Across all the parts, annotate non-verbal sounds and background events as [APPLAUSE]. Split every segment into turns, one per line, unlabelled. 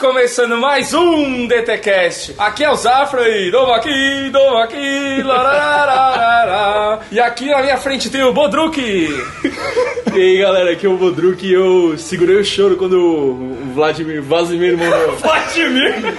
começando mais um DTCast. Aqui é o Zafra e novo aqui, novo aqui, lararararará. E aqui na minha frente tem o Bodruk.
E aí galera, aqui é o Bodruk e eu segurei o choro quando o Vladimir, Vladimir morreu.
Vladimir!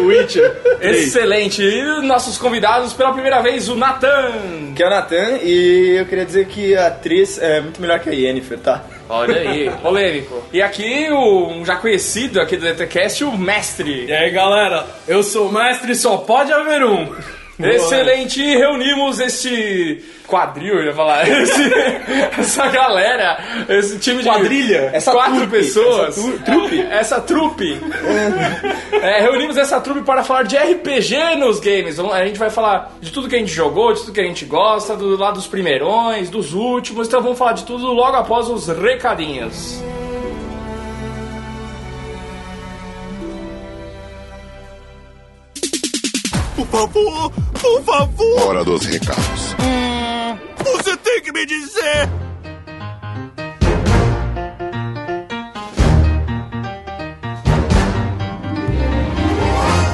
O Witcher.
Excelente. E nossos convidados, pela primeira vez, o Natan.
Aqui é o Natan e eu queria dizer que a atriz é muito melhor que a Yennefer, tá?
Olha aí, polêmico. E aqui o um já conhecido aqui do DTCast, o Mestre.
E aí galera, eu sou o mestre e só pode haver um.
Excelente, e reunimos este quadril, eu ia falar, [LAUGHS] esse- essa galera, esse time de
Quadrilha?
essa quatro
trupe,
pessoas,
essa
essa trupe, essa trupe. [LAUGHS] É, reunimos essa trupe para falar de RPG nos games. Vamos- A gente vai falar de tudo que a gente jogou, de tudo que a gente gosta, do lado dos primeirões, dos últimos. Então vamos falar de tudo logo após os recadinhos.
Por favor, por favor,
Hora dos recados.
você tem que me dizer.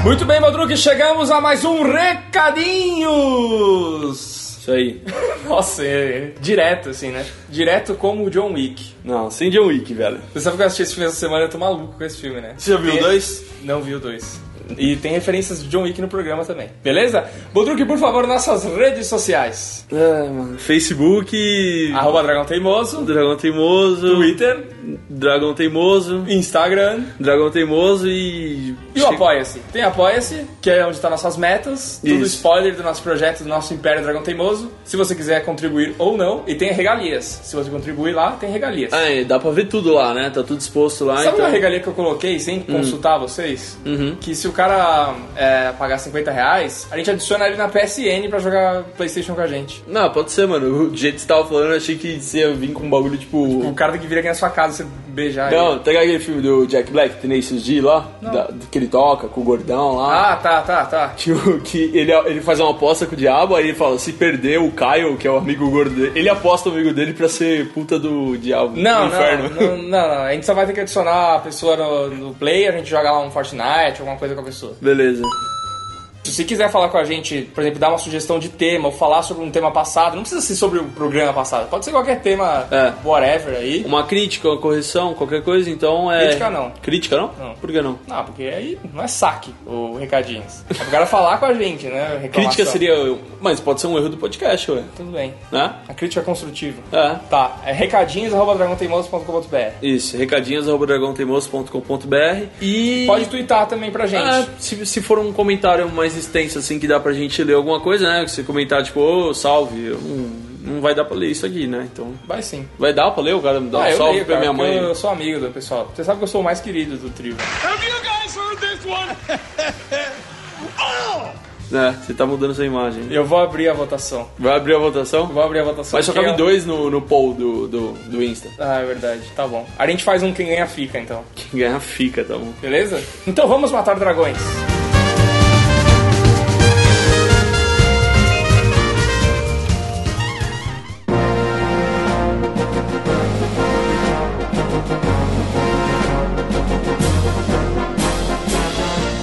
Muito bem, Madruque, chegamos a mais um recadinhos.
Isso aí.
Nossa, é, é, direto assim, né? Direto como o John Wick.
Não, sem John Wick, velho.
Você sabe que eu assisti esse filme essa semana, eu tô maluco com esse filme, né?
Você já viu
Tem-
dois?
Não vi o dois. E tem referências de John Wick no programa também. Beleza? Bodruk, por favor, nossas redes sociais.
É, mano. Facebook,
Arroba Dragão Teimoso,
Dragão Teimoso,
Twitter,
Dragão Teimoso,
Instagram
Dragão Teimoso e...
e o Apoia-se. Tem Apoia-se, que é onde tá nossas metas, tudo
Isso.
spoiler do nosso projeto, do nosso Império Dragão Teimoso, se você quiser contribuir ou não. E tem regalias. Se você contribuir lá, tem regalias.
Ah, é, dá pra ver tudo lá, né? Tá tudo exposto lá.
Sabe
então... Hum. Uhum.
uma regalia que eu coloquei sem consultar vocês? Que se o cara é, pagar 50 reais, a gente adiciona ele na PSN pra jogar Playstation com a gente.
Não, pode ser, mano. Do jeito que você tava falando, eu achei que você ia vir com um bagulho
O
tipo.
cara tem que vir aqui na sua casa, você beijar ele.
Não, tá ligado aquele filme do Jack Black, Tenacious D lá? Da- que ele toca com o gordão lá.
Ah, tá, tá, tá.
Que, o- que ele, ele faz uma aposta com o diabo, aí ele fala: se perder o Kyle, que é o amigo gordo dele, ele aposta o amigo dele pra ser puta do diabo.
Não, não,
do inferno.
não, não, não. A gente só vai ter que adicionar a pessoa no, no play, a gente joga lá um Fortnite, alguma coisa com a pessoa.
[LAUGHS] Beleza.
Se você quiser falar com a gente, por exemplo, dar uma sugestão de tema ou falar sobre um tema passado, não precisa ser sobre o programa passado, pode ser qualquer tema,
É.
whatever aí.
Uma crítica, uma correção, qualquer coisa, então é.
Crítica não.
Crítica não?
Não.
Por que não?
Não, porque aí não é saque o recadinhos. É pro cara falar com a gente, né? Reclamação.
Crítica seria. Mas pode ser um erro do podcast, ué.
Tudo bem.
Né?
A crítica é construtiva.
É.
Tá, é recadinhos.dragonteimoso.com.br.
Isso, recadinhos.dragonteimoso.com.br e.
Pode twittar também pra gente.
Ah, se, se for um comentário mais extenso, assim, que dá pra gente ler alguma coisa, né? Se comentar, tipo, ô, salve, hum, não vai dar pra ler isso aqui, né? Então.
Vai sim.
Vai dar pra ler? O cara me dá um
ah, eu
salve
leio,
pra
cara,
minha
porque
mãe.
Eu sou amigo do pessoal. Você sabe que eu sou o mais querido do trio.
Have you guys heard this one? oh!
É, você tá mudando sua imagem.
Eu vou abrir a votação.
Vai abrir a
Eu
votação?
vou abrir a votação.
Mas só
porque
cabe
eu-
dois no, no poll do, do, do Insta.
Ah, é verdade. Tá bom. A gente faz um quem ganha fica, então.
Quem ganhar fica, tá bom?
Beleza? Então vamos matar dragões.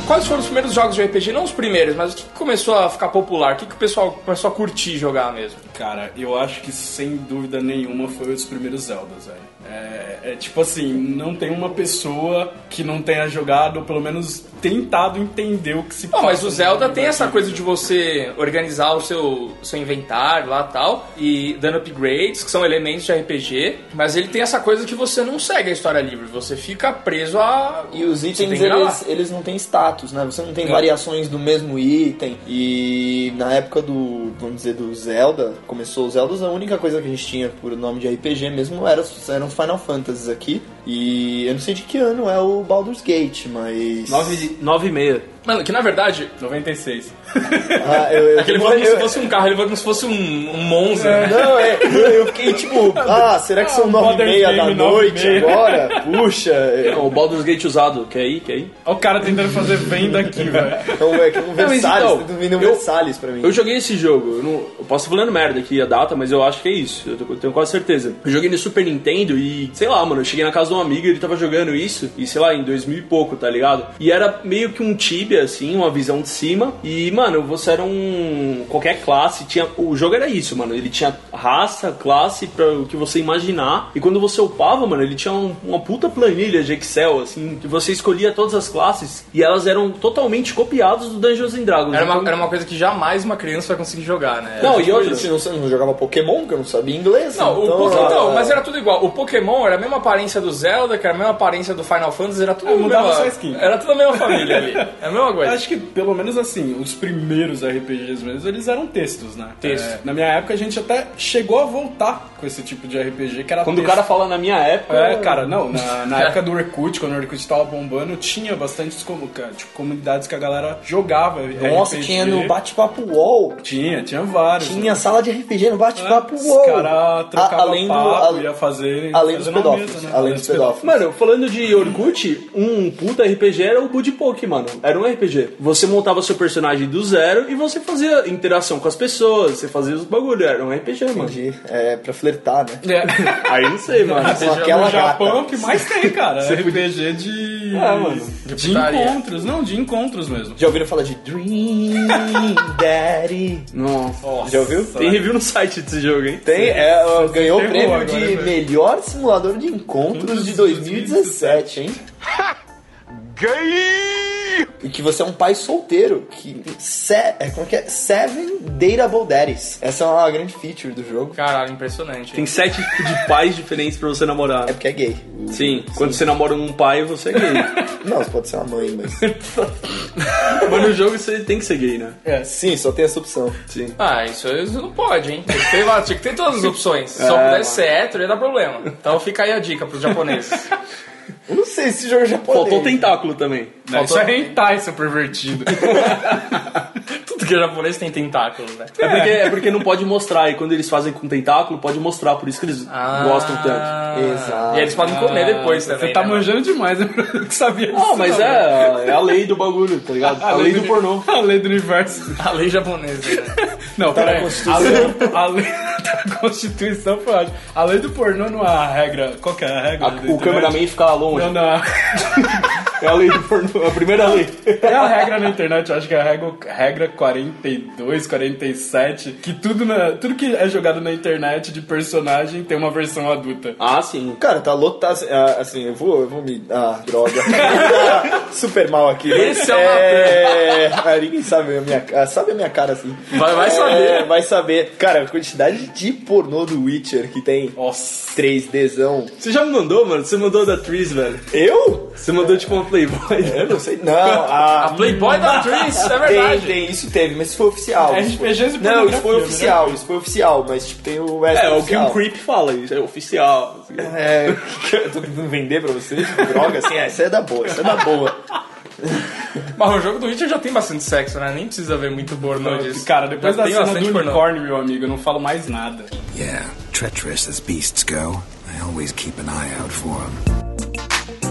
Quais foram os primeiros jogos de RPG? Não os primeiros, mas o que começou a ficar popular? O que, que o pessoal começou a curtir jogar mesmo?
Cara, eu acho que sem dúvida nenhuma foi os primeiros Zeldas, velho. É, é tipo assim, não tem uma pessoa que não tenha jogado, ou pelo menos tentado entender o que se
Bom, mas
passa
o
no
Zelda
universo
tem essa
de
coisa de você organizar o seu, seu inventário lá tal, e dando upgrades, que são elementos de RPG, mas ele tem essa coisa que você não segue a história livre, você fica preso a.
E os
Você
itens,
tem que ir lá.
eles, eles não têm status, né? Você não tem variações do mesmo item. E na época do, vamos dizer, do Zelda, começou o Zelda, a única coisa que a gente tinha por nome de RPG mesmo era, eram os Final Fantasies aqui. E eu não sei de que ano é o Baldur's Gate, mas...
Nove, nove e meia.
Mano, que na verdade,
96.
Ah, eu, eu,
aquele
eu-
voa como
eu-
se fosse um carro, ele voa como se fosse um, um Monza, né?
Não, é, eu, eu fiquei tipo, ah, será que são nove e
Modern
meia da
Game, nove e
noite
meia.
agora? Puxa, é,
O Baldur's Gate usado, quer ir? Quer ir?
Olha o cara tentando fazer
[LAUGHS]
venda aqui, velho.
então é que um
mas
Versalhes,
então,
tem que vender um
eu-
Versalhes pra mim.
Eu joguei esse jogo, eu, não, eu posso estar falando merda aqui a data, mas eu acho que é isso, eu, tô- eu tenho quase certeza. Eu joguei no Super Nintendo e, sei lá, mano, eu cheguei na casa de um amigo e ele tava jogando isso, e sei lá, em 2000 e pouco, tá ligado? E era meio que um Tibia, assim, uma visão de cima, e, mano, você era um. qualquer classe, tinha. O jogo era isso, mano, ele tinha raça, classe, pra o que você imaginar, e quando você upava, mano, ele tinha um- uma puta planilha de Excel, assim, que você escolhia todas as classes e elas eram totalmente copiadas do Dungeons and Dragons.
Era uma,
Então-
era uma coisa que jamais uma criança vai conseguir jogar, né?
Não, e
Eu
outra.
disse, não, sei, não jogava Pokémon, porque eu não sabia inglês.
Não, o
então,
Poké-
ah,
então, mas era tudo igual. O Pokémon era a mesma aparência do Zelda, que era a mesma aparência do Final Fantasy, era
É,
tudo
Ah, mudava
mesma-
só a skin.
Era tudo a mesma família ali. É a mesma
Eu
[LAUGHS]
coisa.
Acho que, pelo menos assim, os primeiros RPGs mesmo, eles eram textos, né?
Texto.
É, na minha época, a gente até chegou a voltar com esse tipo de RPG, que era
Quando o
texto.
cara fala na minha época.
Ah.
É, cara, não, na, na [LAUGHS] época do Orkut, quando o Orkut tava bombando, tinha bastante como- cara, tipo, comunidades que a galera jogava
Nossa,
RPG.
tinha no bate-papo UOL.
Tinha, tinha vários. né?
Tinha sala de RPG no bate-papo
Os
UOL.
caras trocavam
A- além do-
papo,
a-
ia fazer...
Além dos
fazer na
pedófilos.
mesa, né?
Além dos pedófilos.
Mano, falando de Orkut, um puta RPG era o Budipok, mano. Era um RPG. Você montava seu personagem do zero e você fazia interação com as pessoas, você fazia os bagulho. Era um RPG, mano.
Entendi. É, pra flertar, né?
Aí não sei, mano.
Só
No
aquela
Japão é o
gata.
que
[LAUGHS]
mais tem, cara. RPG de...
É,
Ah, [LAUGHS] mano.
De
putaria.
encontros, não, de encontros mesmo.
Já ouviram falar de Dream Daddy?
Nossa.
Já ouviu?
Tem review no site desse jogo, hein?
Tem, é, ó, ganhou o
ferrou
prêmio
agora,
de
velho.
melhor simulador de encontros de 2017, hein?
Ganhei!
E que você é um pai solteiro, que tem se, é, como que é? Seven Dateable Daddies. Essa é uma grande feature do jogo.
Caralho, impressionante.
Tem
hein?
sete tipos de pais diferentes pra você namorar.
É porque é gay.
Sim, quando você namora um pai, você é gay.
[LAUGHS] Não, você pode ser uma mãe, mas.
Mas no jogo você tem que ser gay,
É,
né?
Sim, só tem essa opção.
Sim.
Ah, isso, isso não pode, hein? Tem que ter, lá- tinha que ter todas as opções. Se só
É,
pudesse ser hétero, ia dar problema. Então fica aí a dica pros
[LAUGHS]
japoneses.
Eu não sei se jogo é japonês.
Faltou tentáculo também.
Não,
Faltou-
Isso é hentai, seu
[LAUGHS]
pervertido.
Tudo que é japonês tem tentáculos, né?
É porque, é porque não pode mostrar, e quando eles fazem com tentáculo, pode mostrar, por isso que eles
Ah.
gostam tanto. Ah,
Exato.
E eles podem
É
comer depois
Você
também.
tá
né?
manjando demais, [LAUGHS] eu não sabia disso.
Ah, mas
não, velho.
é, é a lei do bagulho, tá ligado? A lei do pornô.
A lei do universo.
A lei japonesa, né?
[LAUGHS] Não,
na
peraí. A
Constituição.
lei, do- a lei [LAUGHS] da Constituição foi ótimo. A lei do pornô não é a regra. Qual que é a regra?
A-
da
o
internet?
cameraman fica lá longe.
Não, não.
[LAUGHS] É a lei do pornô, a primeira lei.
É a regra na internet, eu acho que é a regra, regra 42, 47, que tudo, na, tudo que é jogado na internet de personagem tem uma versão adulta.
Ah, sim.
Cara, tá lotado. assim, ah, Assim, eu vou, eu vou me. Ah,
[LAUGHS]
droga. Tá Super mal aqui.
Esse é o
é ah, Ninguém sabe a minha, ah, sabe a minha cara assim.
Vai- vai
É,
saber.
vai saber. Cara, a quantidade de pornô do Witcher que tem.
Nossa.
3Dzão.
Você já me mandou, mano? Você mandou da Tris, velho.
Eu?
Você mandou tipo uma Playboy.
Eu não sei. Não, a.
[LAUGHS] A
[LAUGHS]
Playboy da atriz, é
Tem,
verdade.
tem, isso teve, mas isso foi oficial.
É
Isso foi-
RPGs e
Não, isso foi
pornografia,
oficial, isso foi oficial, mas tipo, tem o extra
É, o que
oficial.
um creep fala, isso é oficial. assim.
É, [LAUGHS] eu tô tentando vender pra vocês, tipo, droga, assim, é, essa é da boa, essa é da boa.
Mas o jogo do Witcher já tem bastante sexo, né? Nem precisa ver muito pornô disso.
Cara, depois
Já
da
tem
cena
bastante
do
pornô.
unicórnio, meu amigo, eu não falo mais nada.
Yeah, treacherous as beasts go, I always keep an eye out for 'em.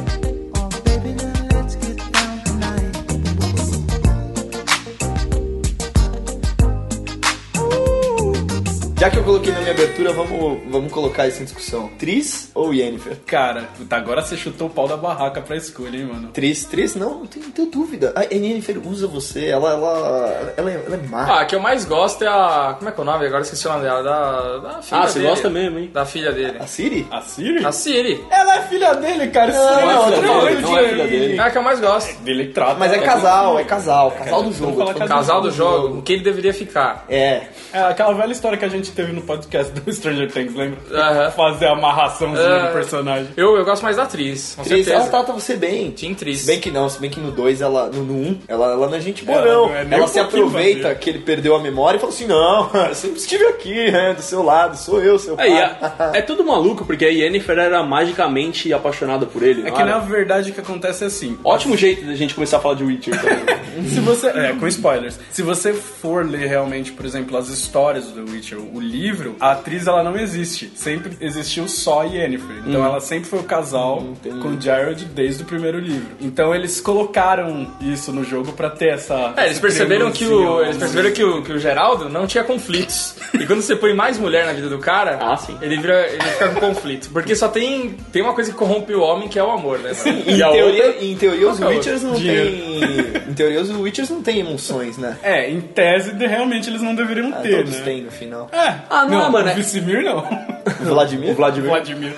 Já que eu coloquei na minha abertura, vamos, vamos colocar isso em discussão. Tris ou Yennefer?
Cara, puta, agora você chutou o pau da barraca pra escolha, hein, mano.
Tris, Tris, não, não tenho, não tenho dúvida. A Yennefer usa você, ela, ela, ela, é, ela é má.
Ah, a que eu mais gosto é a. Como é que é o nome? Agora esqueci o nome dela. Da, da filha
Ah, você
dele.
gosta mesmo, hein?
Da filha dele.
A Siri?
A Siri?
A Siri.
Ela é filha dele, cara. Isso
Não,
é
não,
outra
não,
coisa.
não é filha dele.
É a que eu mais gosto.
Ele trata.
Mas é casal, é casal, casal do
Vamos
jogo.
falar
eu tô
casal.
falando-
Casal do jogo, o que ele deveria ficar.
É,
É aquela velha história que a gente gente teve no podcast do [LAUGHS] Stranger Things, lembra?
Aham.
Fazer a amarraçãozinha
Ah.
do personagem.
Eu, eu gosto mais da atriz, com
Tris, ela
certeza.
trata você bem. Tipo,
Tim Tris.
Se bem que não, se bem que no 2, ela, no 1, um, ela, ela não é gente boa,
Ela
não.
não é nem
ela
um
se
pouquinho
aproveita
vadia.
que ele perdeu a memória e fala assim: não, [LAUGHS] eu sempre estive aqui, né, do seu lado, sou eu, seu pai.
Aí, é, é tudo maluco, porque a Yennefer era magicamente apaixonada por ele.
É
não
que
era?
na verdade o que acontece é assim.
Ótimo jeito da gente começar a falar de Witcher. [LAUGHS] Também.
Se você. É, com spoilers. Se você for ler realmente, por exemplo, as histórias do The Witcher, o livro, a atriz ela não existe. Sempre existiu só a Yennefer. Então ela sempre foi o casal com o Jared desde o primeiro livro. Então eles colocaram isso no jogo pra ter essa.
É, eles
essa
perceberam que o.
triângulozinho.
Eles perceberam que o, que o Geraldo não tinha conflitos. E quando você põe mais mulher na vida do cara,
Ah, sim.
ele vira. ele fica com conflito. Porque só tem. Tem uma coisa que corrompe o homem que é o amor, né? Sim.
Em
E a
teoria, em teoria os
Qual que é o
Witchers não
dinheiro?
têm. Em teoria, os Witchers não têm emoções, né?
É, em tese, de- realmente eles não deveriam
Ah,
ter,
todos
né?
têm no final.
É.
Ah, não,
não,
mano, é-
O Vicimir não.
O Vladimir?
o Vladimir.
Vladimir.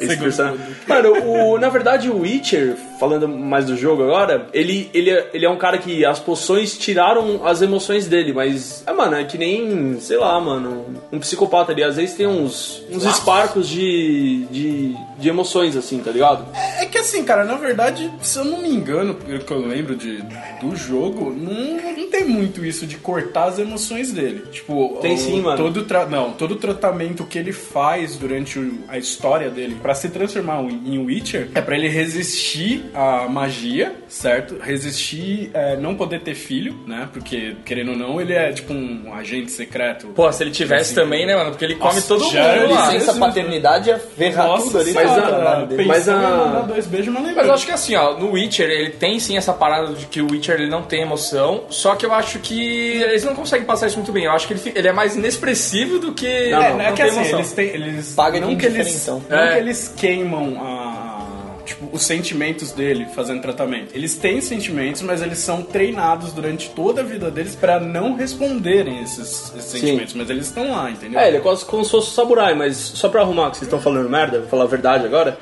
Esse
Segundo
personagem. Mano, o, na verdade o Witcher, falando mais do jogo agora, ele, ele, é- ele é um cara que as poções tiraram as emoções dele, mas, é, mano, é que nem, sei lá, mano, um psicopata ali. Às vezes tem uns, uns esparcos de, de, de emoções, assim, tá ligado?
É que assim, cara, na verdade, se eu não me engano, pelo que eu lembro de, do jogo, não, não tem muito isso de cortar as emoções dele. Tipo,
Tem
o-
sim, mano.
Todo tra- não, todo o tratamento que ele faz durante o- a história dele pra se transformar em Witcher é pra ele resistir à magia, certo? Resistir, é, não poder ter filho, né? Porque, querendo ou não, ele é tipo um agente secreto.
Pô, se ele tivesse também, né, mano? Porque ele come
Nossa,
todo mundo
já é
lá.
disse-
Licença paternidade é ferrar tudo ali.
mas
tá
a-
trabalho dele.
mas a-
dois beijos, mas
Mas eu acho que assim, ó, no Witcher ele tem sim essa parada de que o Witcher ele não tem emoção, só que eu acho que eles não conseguem passar isso muito bem. Eu acho que ele, fi- ele é mais inexpressivo do que.
Não,
É,
não,
é que
tem
assim,
emoção.
eles têm. Eles,
Paga de
um
não que eles,
indiferentão.
não
É.
que eles queimam a, tipo, os sentimentos dele fazendo tratamento. Eles têm sentimentos, mas eles são treinados durante toda a vida deles pra não responderem esses, esses sentimentos. Mas eles estão lá, entendeu?
É, ele é quase como se fosse um samurai, mas só pra arrumar que vocês estão falando merda, vou falar a verdade agora.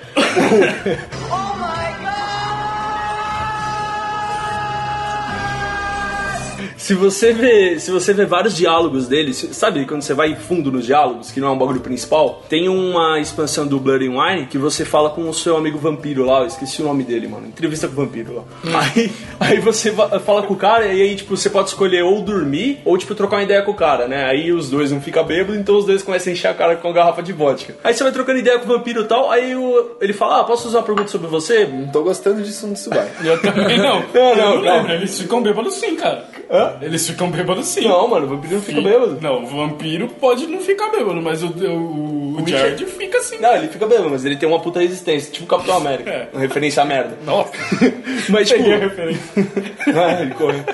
Se você vê, se você vê vários diálogos dele, se- sabe quando você vai fundo nos diálogos, que não é um bagulho principal, tem uma expansão do Blood and Wine que você fala com o seu amigo vampiro lá, eu esqueci o nome dele, mano. Entrevista com o vampiro lá. Aí, aí você va- fala com o cara e aí tipo você pode escolher ou dormir ou tipo trocar uma ideia com o cara, né? Aí os dois não fica bêbado, então os dois começam a encher a cara com a garrafa de vodka. Aí você vai trocando ideia com o vampiro e tal, aí o- ele fala: "Ah, posso usar uma pergunta sobre você?"
Não tô gostando disso no Tsubai.
Eu também não.
Não, não,
eu não
não.
lembro. Eles ficam bêbados sim, cara. Eles ficam bêbados sim.
Não, mano, o vampiro não fica bêbado.
Não, o vampiro pode não ficar bêbado, mas o, o, o, Jared fica assim.
Não, ele fica bêbado, mas ele tem uma puta resistência, tipo o
[LAUGHS]
Capitão América.
É.
Uma referência à merda.
Nossa,
Mas, tipo,
peguei
[LAUGHS]
a referência.
Ah, ele correu.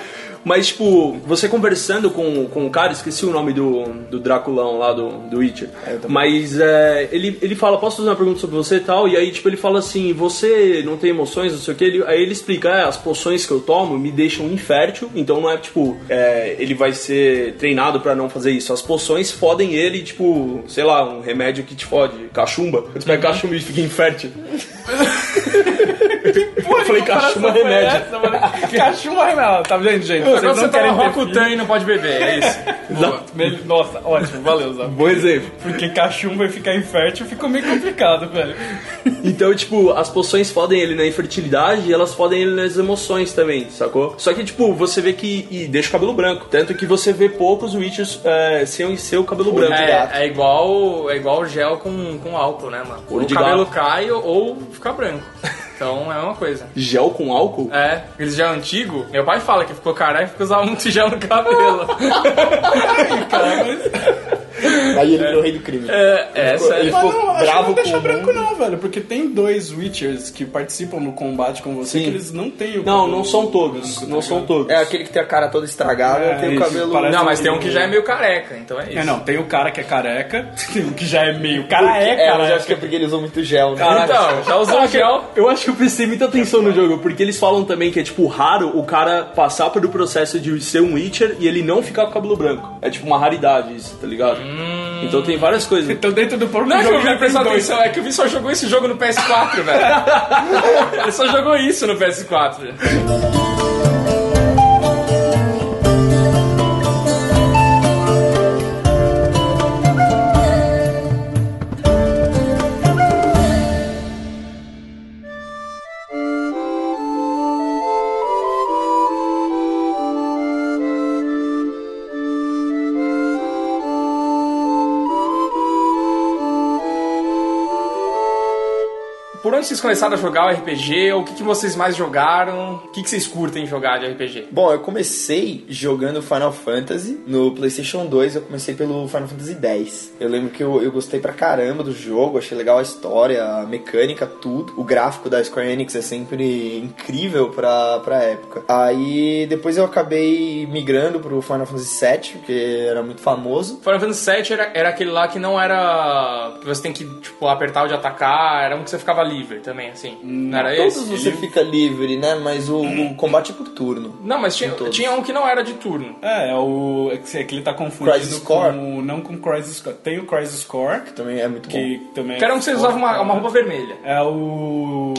Mas, tipo, você conversando com, com o cara, esqueci o nome do, do Draculão lá do, do Witcher. Mas é, ele, ele fala, posso fazer uma pergunta sobre você e tal? E aí, tipo, ele fala assim, você não tem emoções, não sei o que. Ele, aí ele explica, é, as poções que eu tomo me deixam infértil. Então não é, tipo, é, ele vai ser treinado pra não fazer isso. As poções fodem ele, tipo, sei lá, um remédio que te fode, cachumba. Você
Uhum.
pega cachumba e fica infértil.
Porra,
falei,
que comparação
cachumba é
foi
remédio.
essa, mano? [LAUGHS] Cachumba é remédio. Tá vendo, gente?
Agora
Vocês
você
não
tá no
querem ter
Rokutan e não pode beber, é isso.
filho. Boa. Mel- Nossa, ótimo. Valeu, Zé.
Bom exemplo.
Porque cachumba vai ficar infértil ficou meio complicado, velho.
Então, tipo, as poções fodem ele na infertilidade e elas fodem ele nas emoções também, sacou? Só que, tipo, você vê que. E deixa o cabelo branco. Tanto que você vê poucos Witchers é, sem, sem o cabelo branco.
É, é igual é igual gel com, com álcool, né, mano? Ou
Olho
o
de
cabelo
gato.
cai ou- ou fica branco. Então é uma coisa.
Gel com álcool?
É, aquele gel antigo, meu pai fala que ficou caralho porque usava muito gel no
[LAUGHS]
cabelo.
Aí ele virou o rei do crime.
é, é, sério.
ele ficou bravo com
deixa
o
branco
mundo.
não, velho. Porque tem dois Witchers que participam no combate com você
Sim.
que eles não têm o
Não,
cabelo
não são todos.
branco,
Não
tá
são
ligado?
todos.
É aquele que tem a cara toda estragada,
É,
tem o
isso,
cabelo.
parece-
Não, mas tem um que já é meio careca, então é isso.
É, não. Tem o cara que é careca, [LAUGHS] tem o que já é meio cara é
É, mas eu
careca.
acho que é porque ele usou muito gel, né?
Caraca.
Então, já usou gel.
Eu acho que eu prestei muita atenção no jogo, porque eles falam também que é, tipo, raro o cara passar pelo processo de ser um Witcher e ele não ficar com o cabelo branco. É, tipo, uma raridade isso, tá ligado? Então tem várias coisas.
Então dentro do próprio
Não é que
jogo
eu
já
vi
tem
prestar
dois.
atenção, é que o Vi só jogou esse jogo no PS4,
[LAUGHS]
velho. Ele só jogou isso no PS4. onde vocês começaram a jogar o RPG? O que, que vocês mais jogaram? O que, que vocês curtem jogar de RPG?
Bom, eu comecei jogando Final Fantasy no PlayStation 2. Eu comecei pelo Final Fantasy X. Eu lembro que eu, eu gostei pra caramba do jogo, achei legal a história, a mecânica, tudo. O gráfico da Square Enix é sempre incrível pra, pra época. Aí depois eu acabei migrando pro Final Fantasy VII, porque era muito famoso.
Final Fantasy VII era, era aquele lá que não era. que você tem que, tipo, apertar o de atacar, era um que você ficava livre também, assim. Não era
Todos
esse?
você
Ele-
fica livre, né? Mas o, o combate é por turno.
Não, mas tinha,
Em todos.
tinha um que não era de turno.
É, é o. É que é que ele tá
Crisis
confundido
Core?
com. Não com Crisis Core. Tem o Crisis Core,
Também é muito bom.
que também.
Que era um que você usava uma, uma roupa vermelha.
É o.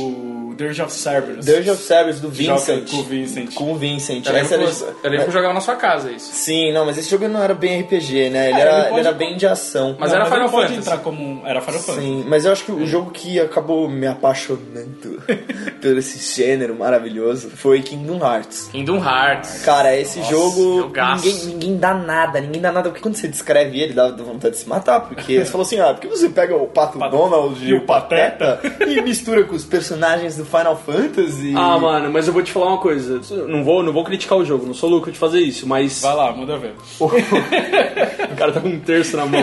Dirge of Cerberus.
Dirge of Service do
Joga
Vincent.
com o Vincent.
Com o Vincent.
Eu lembro,
Essa
que,
era-
você- eu lembro que eu jogava na sua casa isso.
Sim, não, mas esse jogo não era bem RPG, né? Ele,
É,
era,
ele
ele
pode-
era bem de ação.
Mas
Não,
era Final
ele pode
Fantasy.
entrar como. um- Era Final Fantasy.
Sim, mas eu acho que o jogo que acabou me apaixonando [LAUGHS] por esse gênero maravilhoso foi Kingdom Hearts.
Kingdom Hearts. [LAUGHS]
Cara, esse jogo
jogaço.
ninguém, ninguém dá nada, ninguém dá nada, porque quando você descreve ele dá dá vontade de se matar, porque você falou assim, ah, por que você pega o Pato Donald e o Pateta e mistura com os personagens do Final Fantasy?
Ah, mano, mas eu vou te falar uma coisa. Não vou, não vou criticar o jogo, não sou louco de fazer isso, mas.
Vai lá, manda ver.
[LAUGHS] O cara tá com um terço na mão.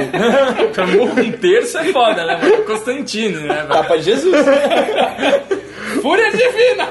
Tomou um terço é foda, né, mano? Constantino, né, velho?
Tapa de Jesus.
Fúria divina!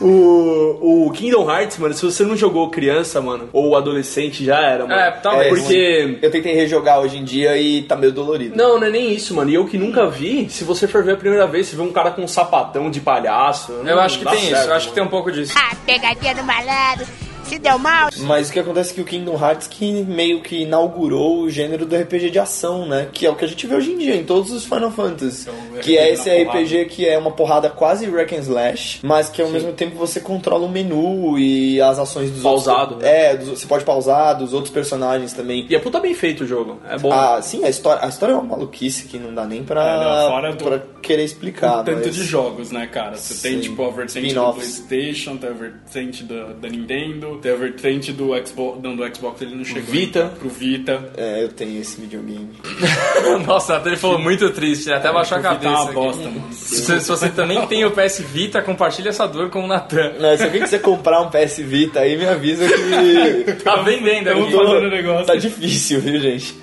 O, o Kingdom Hearts, mano, se você não jogou criança, mano, ou adolescente, já era, mano.
É, talvez.
Porque.
Eu tentei rejogar hoje em dia e tá meio dolorido.
Não, não é nem isso, mano. E eu que nunca vi, se você for ver a primeira vez, você vê um cara com um sapatão de palhaço.
Eu acho que
dá
tem
certo,
isso, eu acho que
mano.
tem um pouco disso.
Ah, pegadinha do malandro. Se deu mal,
Mas o que acontece é que o Kingdom Hearts que meio que inaugurou o gênero do RPG de ação, né? Que é o que a gente vê hoje em dia em todos os Final Fantasy.
Então,
que
RPG
é esse
na porrada.
RPG que é uma porrada quase Wreck and Slash, mas que ao mesmo tempo você controla o menu e as ações dos
Pausado,
outros.
né?
É, dos- você pode pausar, dos outros personagens também.
E é puta bem feito o jogo. É bom.
Ah, sim, a história, a história é uma maluquice que não dá nem pra,
É, não, fora do-
pra querer explicar.
Tanto
mas-
de jogos, né, cara? Você tem,
Sim.
tipo, a vertente do
Spin-offs.
PlayStation, tem a vertente da, da Nintendo, tem a vertente do Xbox. Não, do Xbox ele não chegou.
Vita.
ainda. Pro Vita.
É, eu tenho esse videogame.
[LAUGHS] Nossa, até ele falou muito triste, né? até baixou a
Pro Vita é
cabeça.
uma
aqui.
bosta, mano.
Se, se você também tem o PS Vita, compartilha essa dor com o Natan.
Não, se alguém quiser comprar um PS Vita aí, me
[LAUGHS]
avisa que
Tá vendendo
Tamo
aqui.
fazendo negócio.
Tá difícil, viu, gente?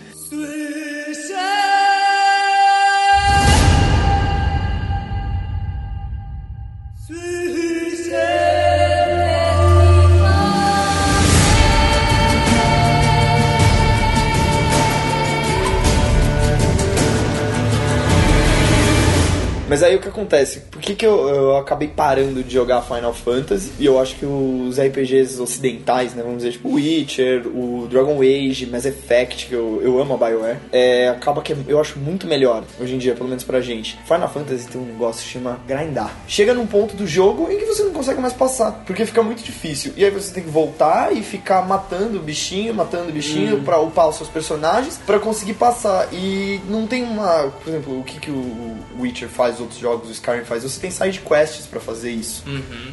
Mas aí o que acontece? Por que, que eu, eu acabei parando de jogar Final Fantasy? E eu acho que os RPGs ocidentais, né? Vamos dizer, tipo o Witcher, o Dragon Age, Mass Effect, que eu, eu amo a Bioware, é, acaba que eu acho muito melhor hoje em dia, pelo menos pra gente. Final Fantasy tem um negócio que chama grindar. Chega num ponto do jogo em que você não consegue mais passar, porque fica muito difícil. E aí você tem que voltar e ficar matando o bichinho, matando o bichinho pra upar os seus personagens pra conseguir passar. E não tem uma. Por exemplo, o que, que o o Witcher faz, outros jogos, o Skyrim faz, você tem side quests pra fazer isso.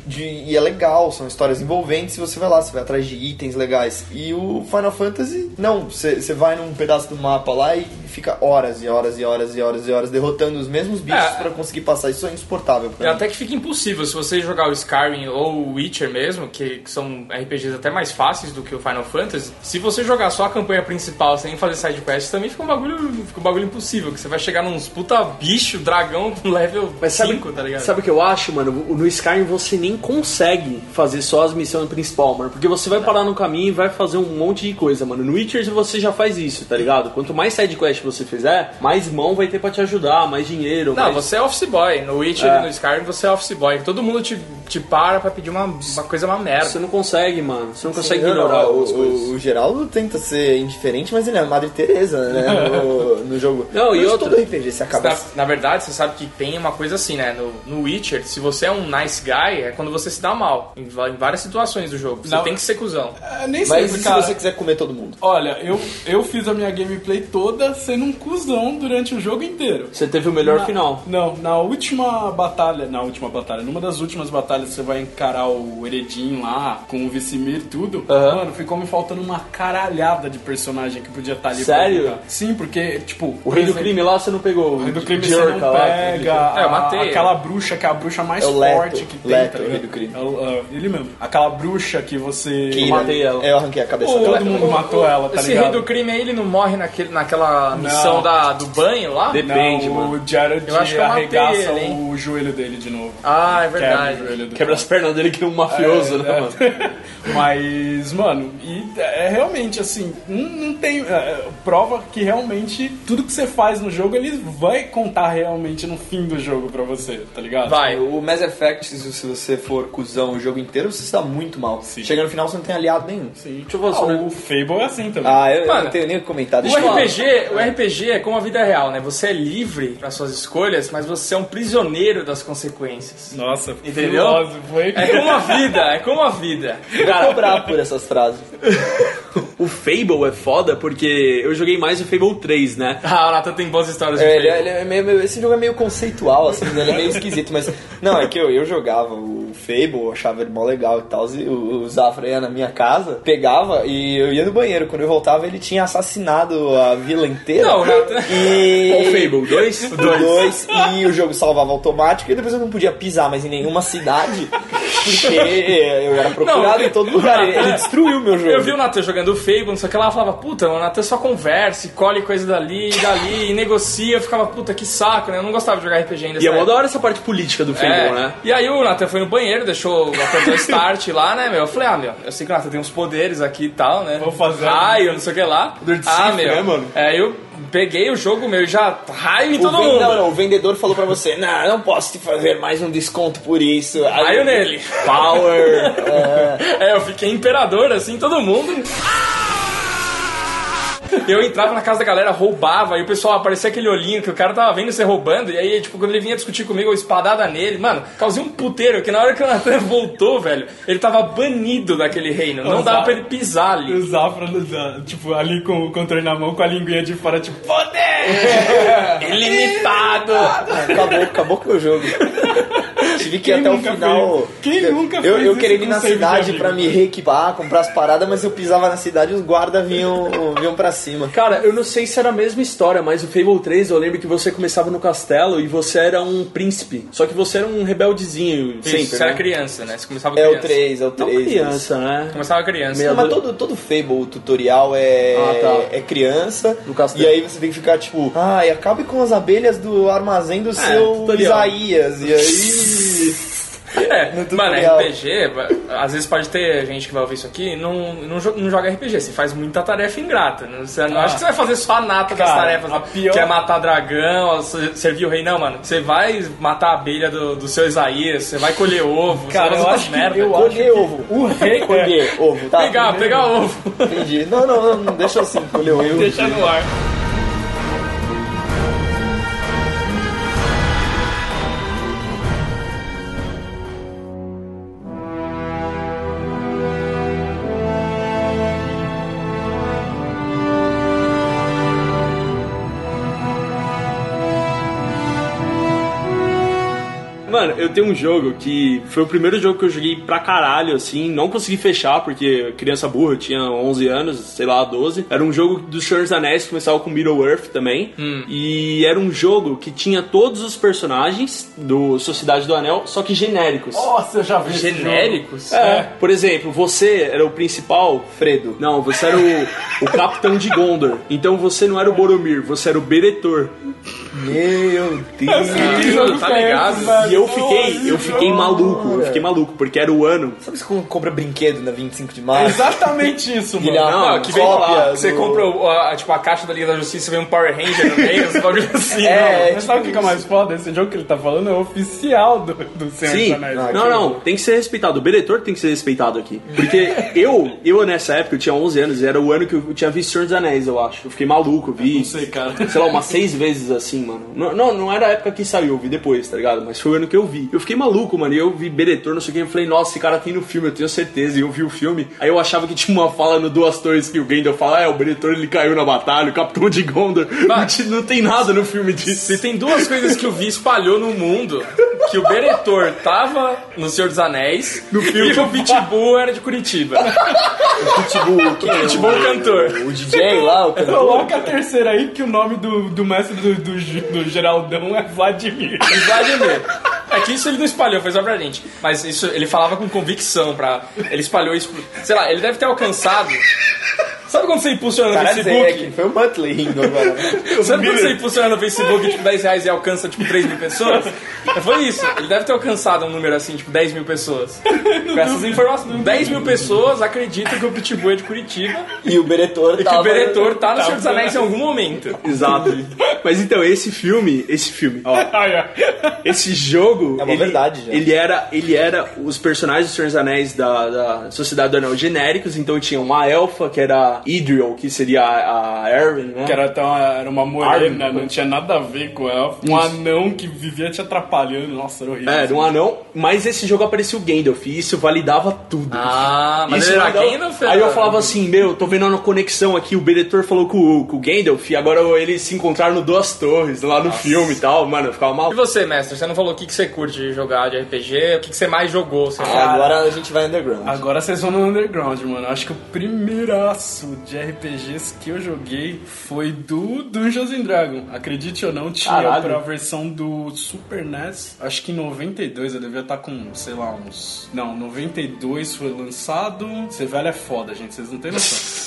De- e é legal, são histórias envolventes, e você vai lá, você vai atrás de itens legais. E o Final Fantasy, não, você você vai num pedaço do mapa lá e fica horas e horas e horas e horas e horas derrotando os mesmos bichos
É.
pra conseguir passar. Isso é insuportável pra
É,
mim.
Até que fica impossível se você jogar o Skyrim ou o Witcher mesmo, que, que são RPGs até mais fáceis do que o Final Fantasy. Se você jogar só a campanha principal sem fazer side quests, também fica um bagulho, fica um bagulho impossível, que você vai chegar nos puta bicho, dragão com um level
Mas sabe,
5, tá ligado?
sabe o que eu acho, mano? No Skyrim você nem consegue fazer só as missões principal, mano. Porque você vai parar no caminho e vai fazer um monte de coisa, mano. No Witcher você já faz isso, tá ligado? Quanto mais side quest você fizer, mais mão vai ter pra te ajudar, mais dinheiro.
Não,
mais...
você é office boy. No Witcher
É.
e no Skyrim você é office boy. Todo mundo te, te para pra pedir uma, uma coisa, uma merda.
Você não consegue, mano. Você não consegue
Não, não,
ignorar
o,
algumas coisas.
o, o Geraldo tenta ser indiferente, mas ele é a Madre Teresa, né?
[LAUGHS]
No, no jogo.
Não, e
Mas
outra- tá
todo RPG se acaba
Na, na verdade, você sabe que tem uma coisa assim, né? No, no Witcher, se você é um nice guy, é quando você se dá mal. Em, va- em várias situações do jogo. Você
Não.
tem que ser cuzão.
É,
Ah, nem sei
Mas e se
explicar.
você quiser comer todo mundo?
Olha, eu, eu fiz a minha gameplay toda sem sendo um cuzão durante o jogo inteiro.
Você teve o melhor
Na-
final.
Não, na última batalha, na última batalha, numa das últimas batalhas você vai encarar o Eredin lá, com o Vicimir e tudo.
Aham.
Mano, ficou me faltando uma caralhada de personagem que podia estar ali.
Sério?
Pra jogar. Sim, porque, tipo...
O rei do crime lá você não pegou.
O rei do crime
Jerka
você não
lá,
pega.
É, eu
a-
matei.
Aquela bruxa que é a bruxa mais
É o Leto,
forte que tem.
Leto,
tá
o rei
ligado?
do crime.
É o- é, ele mesmo. Aquela bruxa que você...
Que-
matei ela.
É, Eu arranquei a cabeça
Todo
dela.
mundo matou ela, tá
Esse
ligado?
rei do crime aí, ele não morre naquele, naquela missão da, do banho lá?
De- Depende,
não,
mano.
O Jared
Eu acho que eu matei
arregaça
ele, hein?
o joelho dele de novo.
Ah, é verdade.
Quebra o joelho do
Quebra as pernas dele que é um mafioso, né,
é.
mano?
[LAUGHS] Mas, mano, e é realmente assim, não, não tem. é, é, prova que realmente tudo que você faz no jogo, ele vai contar realmente no fim do jogo pra você, tá ligado?
Vai.
O Mass Effect, se se você for cuzão o jogo inteiro, você está muito mal. Chega no final, você não tem aliado nenhum.
Deixa eu falar
Ah,
sobre-
o Fable é assim também.
Ah, eu, eu
Mano,
não tenho nem o que comentar.
O
Deixa eu falar.
RPG, o RPG é como a vida real, né? Você é livre para suas escolhas, mas você é um prisioneiro das consequências.
Nossa,
Entendeu?
filósofo, hein?
É como a vida, é como a vida.
[LAUGHS]
Vou cobrar por essas frases.
O Fable é foda porque eu joguei mais o Fable 3, né?
Ah, o Nathan tem boas histórias de
É, ele,
Fable.
ele é meio- meio- esse jogo é meio conceitual, assim,
[LAUGHS]
ele é meio esquisito, mas. Não, é que eu, eu jogava o Fable, eu achava ele mó legal e tal, e o, o Zafra ia na minha casa, pegava e eu ia no banheiro. Quando eu voltava, ele tinha assassinado a vila inteira.
Não, o Nathan... [LAUGHS]
E.
O Fable [LAUGHS] 2?
do dois, e o jogo salvava automático e depois eu não podia pisar mais em nenhuma cidade porque eu era procurado
Não,
em todo lugar.
[LAUGHS]
Ele, ele destruiu meu jogo.
Eu vi o Natan jogando o Fable, não sei o que lá, eu falava, puta, mano, o Natan só conversa, e colhe coisa dali e dali, e negocia, eu ficava, puta, que saco, né? Eu não gostava de jogar RPG ainda.
E é
sabe?
mó da hora essa parte política do Fable,
É.
né?
E aí o Nathan foi no banheiro, deixou
[LAUGHS]
apertou o start lá, né, meu? Eu falei, ah, meu, eu sei que o Nathan tem uns poderes aqui e tal, né?
Vou fazer. um
Raio, não sei o que lá.
Poder de
ah,
Sif,
meu.
né, mano?
Aí eu peguei o jogo, meu, e já raio em todo
o ven-
mundo.
Não, não, o vendedor falou pra você, não, não posso te fazer mais um desconto por isso.
Raio nele.
Power.
[LAUGHS] É, eu fiquei imperador, assim, todo mundo.
Ah!
Eu entrava na casa da galera, roubava, e o pessoal aparecia aquele olhinho que o cara tava vendo você roubando, e aí, tipo, quando ele vinha discutir comigo, eu espadada nele. Mano, causei um puteiro que na hora que o Natan [LAUGHS] voltou, velho, ele tava banido daquele reino. Não dava pra ele pisar ali.
O Zafra, tipo, ali com o controle na mão, com a linguinha de fora, tipo, [LAUGHS] poder!
Ilimitado!
É, acabou, acabou com o jogo. Tive que
Quem
ir até o
nunca
final.
fez- quem
Eu-
nunca
Eu,
fez
eu
isso
queria
com
ir na
um save de
cidade
amigo?
pra me reequipar, comprar as paradas, mas eu pisava na cidade e os guardas vinham, vinham pra cima.
Cara, eu não sei se era a mesma história, mas o Fable 3 eu lembro que você começava no castelo e você era um príncipe. Só que você era um rebeldezinho sempre.
Isso, você era
né?
criança, né? Você começava
É
criança.
o 3, é o
Não
3.
criança, né?
Começava criança.
Meia-
Não, mas todo, todo Fable, o tutorial é,
Ah, tá.
é criança.
No castelo.
E aí você tem que ficar tipo, ai, acabe com as abelhas do armazém do seu
tutorial.
Isaías. E aí.
É,
No
mano,
tutorial.
RPG, va- às vezes pode ter gente que vai ouvir isso aqui e não, não, jo- não joga RPG, você faz muita tarefa ingrata. né? Você não acha que você vai fazer só a nata das
Ah. Cara,
tarefas,
a
não.
pior-
que é matar dragão, ó, se- servir o rei, não, mano. Você vai matar a abelha do, do seu Isaías, você vai colher ovo,
Cara,
você
eu
vai
acho
fazer
que
merda.
eu né? acho que
Colher ovo.
o rei... é-
Colher ovo, tá?
Pegar, pegar ovo.
Entendi. Não, não, não, não, deixa assim, colher ovo.
Deixa no ar.
Mano, eu tenho um jogo que foi o primeiro jogo que eu joguei pra caralho, assim, não consegui fechar porque criança burra, eu tinha 11 anos, sei lá, 12. Era um jogo dos Senhor dos Anéis que começava com Middle Earth também.
Hum.
E era um jogo que tinha todos os personagens do Sociedade do Anel, só que genéricos.
Nossa, eu já vi esse jogo.
Genéricos?
É. Por exemplo, você era o principal.
Fredo.
Não, você era o, o capitão de Gondor. Então você não era o Boromir, você era o Beretor.
Meu Deus.
[LAUGHS] Que jogo tá ligado?
E eu fiquei, eu fiquei maluco, eu fiquei maluco, porque era o ano
Sabe se quando compra brinquedo na 25 de março?
Exatamente isso, mano.
Ele é uma
Não, que vem
cópia
lá,
do-
você compra o- a, tipo, a caixa da Liga da Justiça e vem um Power Ranger no meio, uns bagulho assim.
É,
não.
é,
Mas sabe o que que é mais foda? Esse jogo que ele tá falando é oficial do, do Senhor dos
Sim, Ah,
Anéis.
não, não, tem que ser respeitado. O Beretor tem que ser respeitado aqui. Porque eu, eu nessa época, eu tinha 11 anos, e era o ano que eu tinha visto Senhor dos Anéis, eu acho. Eu fiquei maluco, eu vi.
não sei, cara.
Sei lá, umas seis vezes assim, mano. Não, não, não era a época que saiu, eu vi depois, tá ligado? Mas foi o ano que eu eu vi. Eu fiquei maluco, mano. E eu vi Beretor, não sei o que. Eu falei, nossa, esse cara tem no filme, eu tenho certeza. E eu vi o filme. Aí eu achava que tinha uma fala no Duas Torres que o Gandalf fala, ah, é, o Beretor ele caiu na batalha, o Capitão de Gondor. Não, ti- [LAUGHS] não tem nada no filme disso.
Se tem duas coisas que o Vi espalhou no mundo, que o Beretor tava no Senhor dos Anéis
No filme
e
do
o Pitbull era de Curitiba.
[LAUGHS] Pitbull, quem é?
Tipo,
Pitbull cantor.
O DJ lá,
[LAUGHS]
o cantor.
Coloca a terceira aí, que o nome do, do mestre do, do, G- do Geraldão é Vladimir.
E Vladimir. É que isso ele não espalhou, foi só pra gente. Mas isso ele falava com convicção pra. Ele espalhou isso. pro- Sei lá, ele deve ter alcançado. Sabe quando você impulsiona no
Caralho, é
Facebook?
que foi o Muttley rindo agora.
[LAUGHS] Sabe quando você impulsiona no Facebook, tipo, 10 reais e alcança, tipo, 3 mil pessoas? Foi isso. Ele deve ter alcançado um número assim, tipo, 10 mil [LAUGHS] pessoas. Com essas informações. 10 mil pessoas acreditam que o Pitbull é de Curitiba
E o Beretor
e É que o Beretor tá no Senhor dos Anéis em algum momento.
Exato. Mas então, esse filme, esse filme, ó,
Ai, ai.
Esse jogo.
É uma
ele,
verdade, já.
Ele era, ele era os personagens dos Senhor dos Anéis da, da Sociedade do Anel genéricos, então tinha uma elfa, que era Idril, que seria a, a Erwin, né?
Que era, até uma, era uma morena,
Armin.
não tinha nada a ver com ela. Um anão que vivia te atrapalhando. Nossa, era horrível.
É, era um anão, mas esse jogo aparecia o Gandalf e isso validava tudo.
Ah, mas
Isso
ele era
validava-
Gandalf,
Aí
era-
eu falava assim, meu, tô vendo uma conexão aqui, o Beretor falou com, o- com o Gandalf e agora eles se encontraram no Duas Torres, lá no filme e tal, mano, eu ficava mal.
E você, mestre? Você não falou o que, que você curte jogar de RPG? O que, que você mais jogou? assim, Você fala?
Agora a gente vai underground.
Agora vocês vão no underground, mano. Acho que o primeiraço de RPGs que eu joguei foi do Dungeons and Dragons. Acredite ou não, tinha
Caralho.
pra versão do Super NES. Acho que em 92, eu devia estar com, sei lá, uns... Não, 92 foi lançado... Você velho é foda, gente. Vocês não têm noção.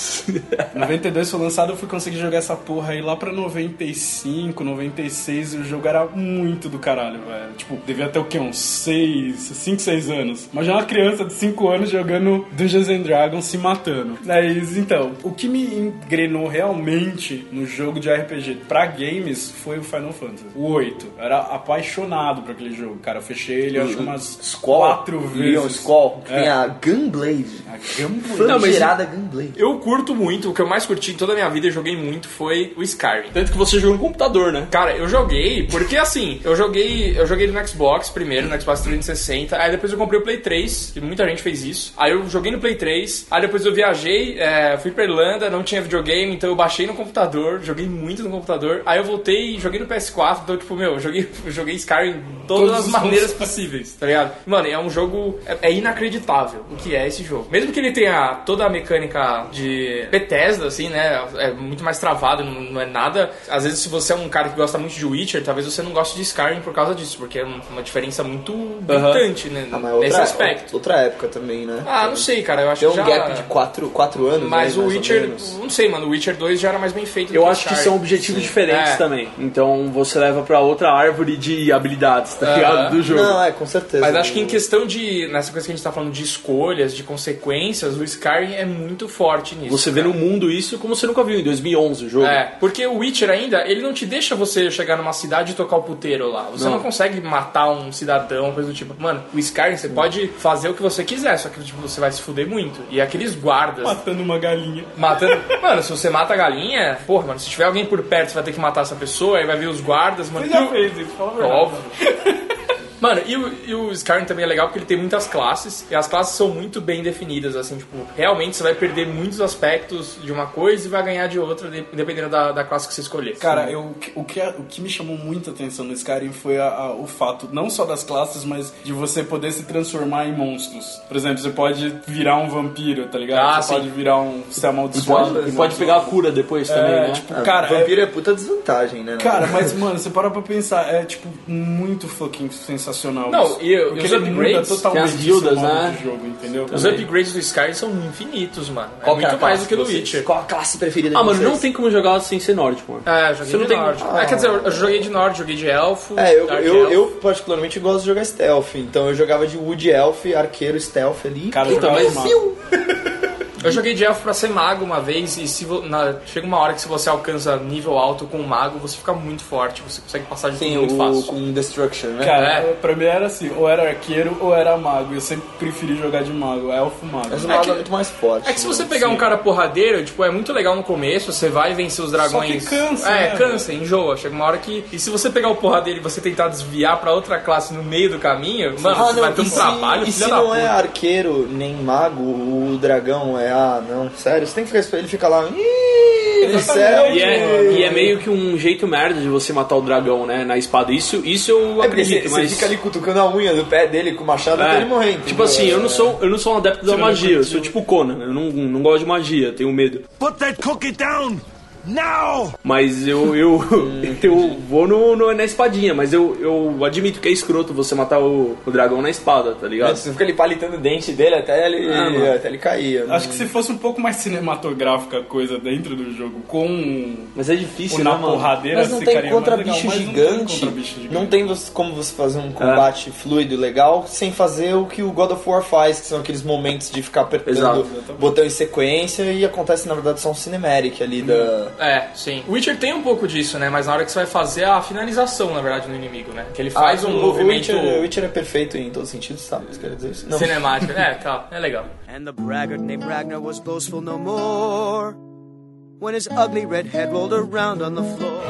92 foi lançado, eu fui conseguir jogar essa porra aí lá pra 95, 96, e o jogo era muito do caralho, velho. Tipo, devia ter o quê? Uns 6, 5, 6 anos. Imagina uma criança de 5 anos jogando Dungeons and Dragons se matando. Mas então, o que me engrenou realmente no jogo de RPG pra games foi o Final Fantasy. O 8. Eu era apaixonado por aquele jogo, cara. Eu fechei ele, acho umas
Skol.
4 vezes.
um
Ah,
Leon Skol.
É.
Tem a Gunblade.
A Gambler.
Famigerada Gunblade.
Eu curto muito, o que eu mais curti em toda a minha vida e joguei muito foi o Skyrim.
Tanto que você jogou no computador, né?
Cara, eu joguei, porque assim, eu joguei, eu joguei no Xbox primeiro, no Xbox 360, aí depois eu comprei o Play 3, que muita gente fez isso. Aí eu joguei no Play 3, aí depois eu viajei, é, fui pra Irlanda, não tinha videogame, então eu baixei no computador, joguei muito no computador. Aí eu voltei e joguei no PS4, então tipo, meu, eu joguei, [LAUGHS] eu joguei Skyrim todas
Todos
as
os
maneiras possíveis, tá ligado? Mano, é um jogo. É, é inacreditável o que é esse jogo. Mesmo que ele tenha toda a mecânica de Bethesda, assim, né? É muito mais travado, não, não é nada. Às vezes, se você é um cara que gosta muito de Witcher, talvez você não goste de Skyrim por causa disso, porque é um- uma diferença muito gritante, né?
Ah, mas
nesse
outra,
aspecto.
outra época também, né?
Ah, não sei, cara. Eu acho
Deu um
que já.
gap de 4 quatro
mas
anos. né,
o
mais ou
Witcher,
menos.
não sei, mano. O Witcher 2 já era mais bem feito. do
Eu
o
acho que
Skyrim.
são objetivos diferentes
É.
também. Então você leva pra outra árvore de habilidades, tá ligado? Do jogo.
Não, é, com certeza.
Mas acho que em questão de. Nessa coisa que a gente tá falando de escolhas, de consequências, o Skyrim é muito forte nisso.
Você vê no mundo isso como você nunca viu em 2011 o jogo.
É, porque o Witcher ainda, ele não te deixa você chegar numa cidade e tocar o puteiro lá. Você não, consegue matar um cidadão, coisa do tipo. Mano, o Skyrim você pode fazer o que você quiser, só que tipo, você vai se fuder muito. E aqueles guardas
Matando uma galinha.
matando. [LAUGHS] Mano, se você mata a galinha, porra, mano, se tiver alguém por perto, você vai ter que matar essa pessoa, aí vai vir os guardas, mano.
Você já
tu-
fez isso, fala a verdade.
É Óbvio. Mano, e o, e o Skyrim também é legal porque ele tem muitas classes e as classes são muito bem definidas, assim, tipo, realmente você vai perder muitos aspectos de uma coisa e vai ganhar de outra, de- dependendo da, da classe que você escolher.
Cara, eu, o, que, é, o que me chamou muita atenção nesse Skyrim foi a- a- o fato, não só das classes, mas de você poder se transformar em monstros. Por exemplo, você pode virar um vampiro, tá ligado?
Ah,
você
sim.
pode virar um ser
E pode,
amaldiçoado.
e pode pegar a cura depois também,
É,
né?
tipo,
Ah,
cara, é-
Vampiro é... puta desvantagem, né?
Cara, mas, mano, você para pra pensar, é, tipo, muito fucking sensacional
Não,
isso.
e- e
Porque
os
ele
upgrades,
muda totalmente
tem as guildas,
esse modo
né?
de jogo, entendeu?
Os upgrades do Skyrim são infinitos, mano. É
Qual que é a
muito mais
classe
do que do
de vocês?
Witcher.
Qual a classe preferida
Ah,
de
mano,
vocês?
não tem como jogar sem ser nórdico, mano.
É, joguei
Você não
de
tem- Ah.
norte. É, quer dizer, eu eu joguei de norte, joguei de elfo.
É, eu,
dark
eu,
elfo.
eu particularmente gosto de jogar stealth, então eu jogava de Wood Elf, arqueiro stealth ali.
Cara,
E
eu jogava
eu
mal.
fio.
Eu joguei de elfo pra ser mago uma vez e se vo- na- chega uma hora que se você alcança nível alto com o mago, você fica muito forte, você consegue passar de
Sim,
tudo muito
o,
fácil.
com Destruction, né?
Cara,
É.
pra mim era assim, ou era arqueiro ou era mago. Eu sempre preferi jogar de mago, elfo mago.
Mas o mago é,
que-
muito mais forte.
É que se
né?
você pegar um cara porradeiro, tipo, é muito legal no começo, você vai vencer os dragões.
Só que cansa,
É,
né?
cansa, enjoa. Chega uma hora que. E se você pegar o porradeiro e você tentar desviar pra outra classe no meio do caminho, mano,
Ah,
você
não,
vai ter um
e se,
trabalho,
e
filha
se
da
não
puta.
é arqueiro nem mago, o dragão é. Ah, não, sério, você tem que ficar esperando. Ele fica lá. Ih, um do céu!
E é, e é meio que um jeito merda de você matar o dragão, né? Na espada. Isso, isso eu
É porque você,
acredito,
você
mas.
fica ali cutucando a unha do pé dele com o machado até
É.
ele morrer. entendeu?
Tipo assim, eu não sou, eu não sou um adepto da
não
magia, eu
curtiu.
sou tipo Conan, eu não, não gosto de magia, tenho medo.
Put that cookie down! Now!
Mas eu eu, [LAUGHS] eu vou no, no- na espadinha, mas eu, eu admito que é escroto você matar o, o dragão na espada, tá ligado?
É, Você fica ali palitando o dente dele até ele,
Ah, mano.
até ele cair. eu não-
Acho que se fosse um pouco mais cinematográfica a coisa dentro do jogo, com
Mas é difícil,
o
né,
na
mano?
porradeira,
Mas não
ficaria
tem
mais
contra
legal,
bicho
mas não tem
gigante.
contra bicho gigante.
Não tem você- como você fazer um combate fluido legal sem fazer o que o God of War faz, que são aqueles momentos de ficar apertando
Exato,
botão em sequência e acontece, na verdade, só um cinematic ali da.
É, sim. O Witcher tem um pouco disso, né? Mas na hora que você vai fazer a finalização, na verdade, no inimigo, né? Que ele faz
Ah,
um
o
movimento
Witcher, o Witcher é perfeito em todos os sentidos, sabe? Você quer dizer isso? Não.
cinemático. é, tá, é legal.
And the braggart named Ragnar was boastful no more when his ugly red head rolled around on the floor.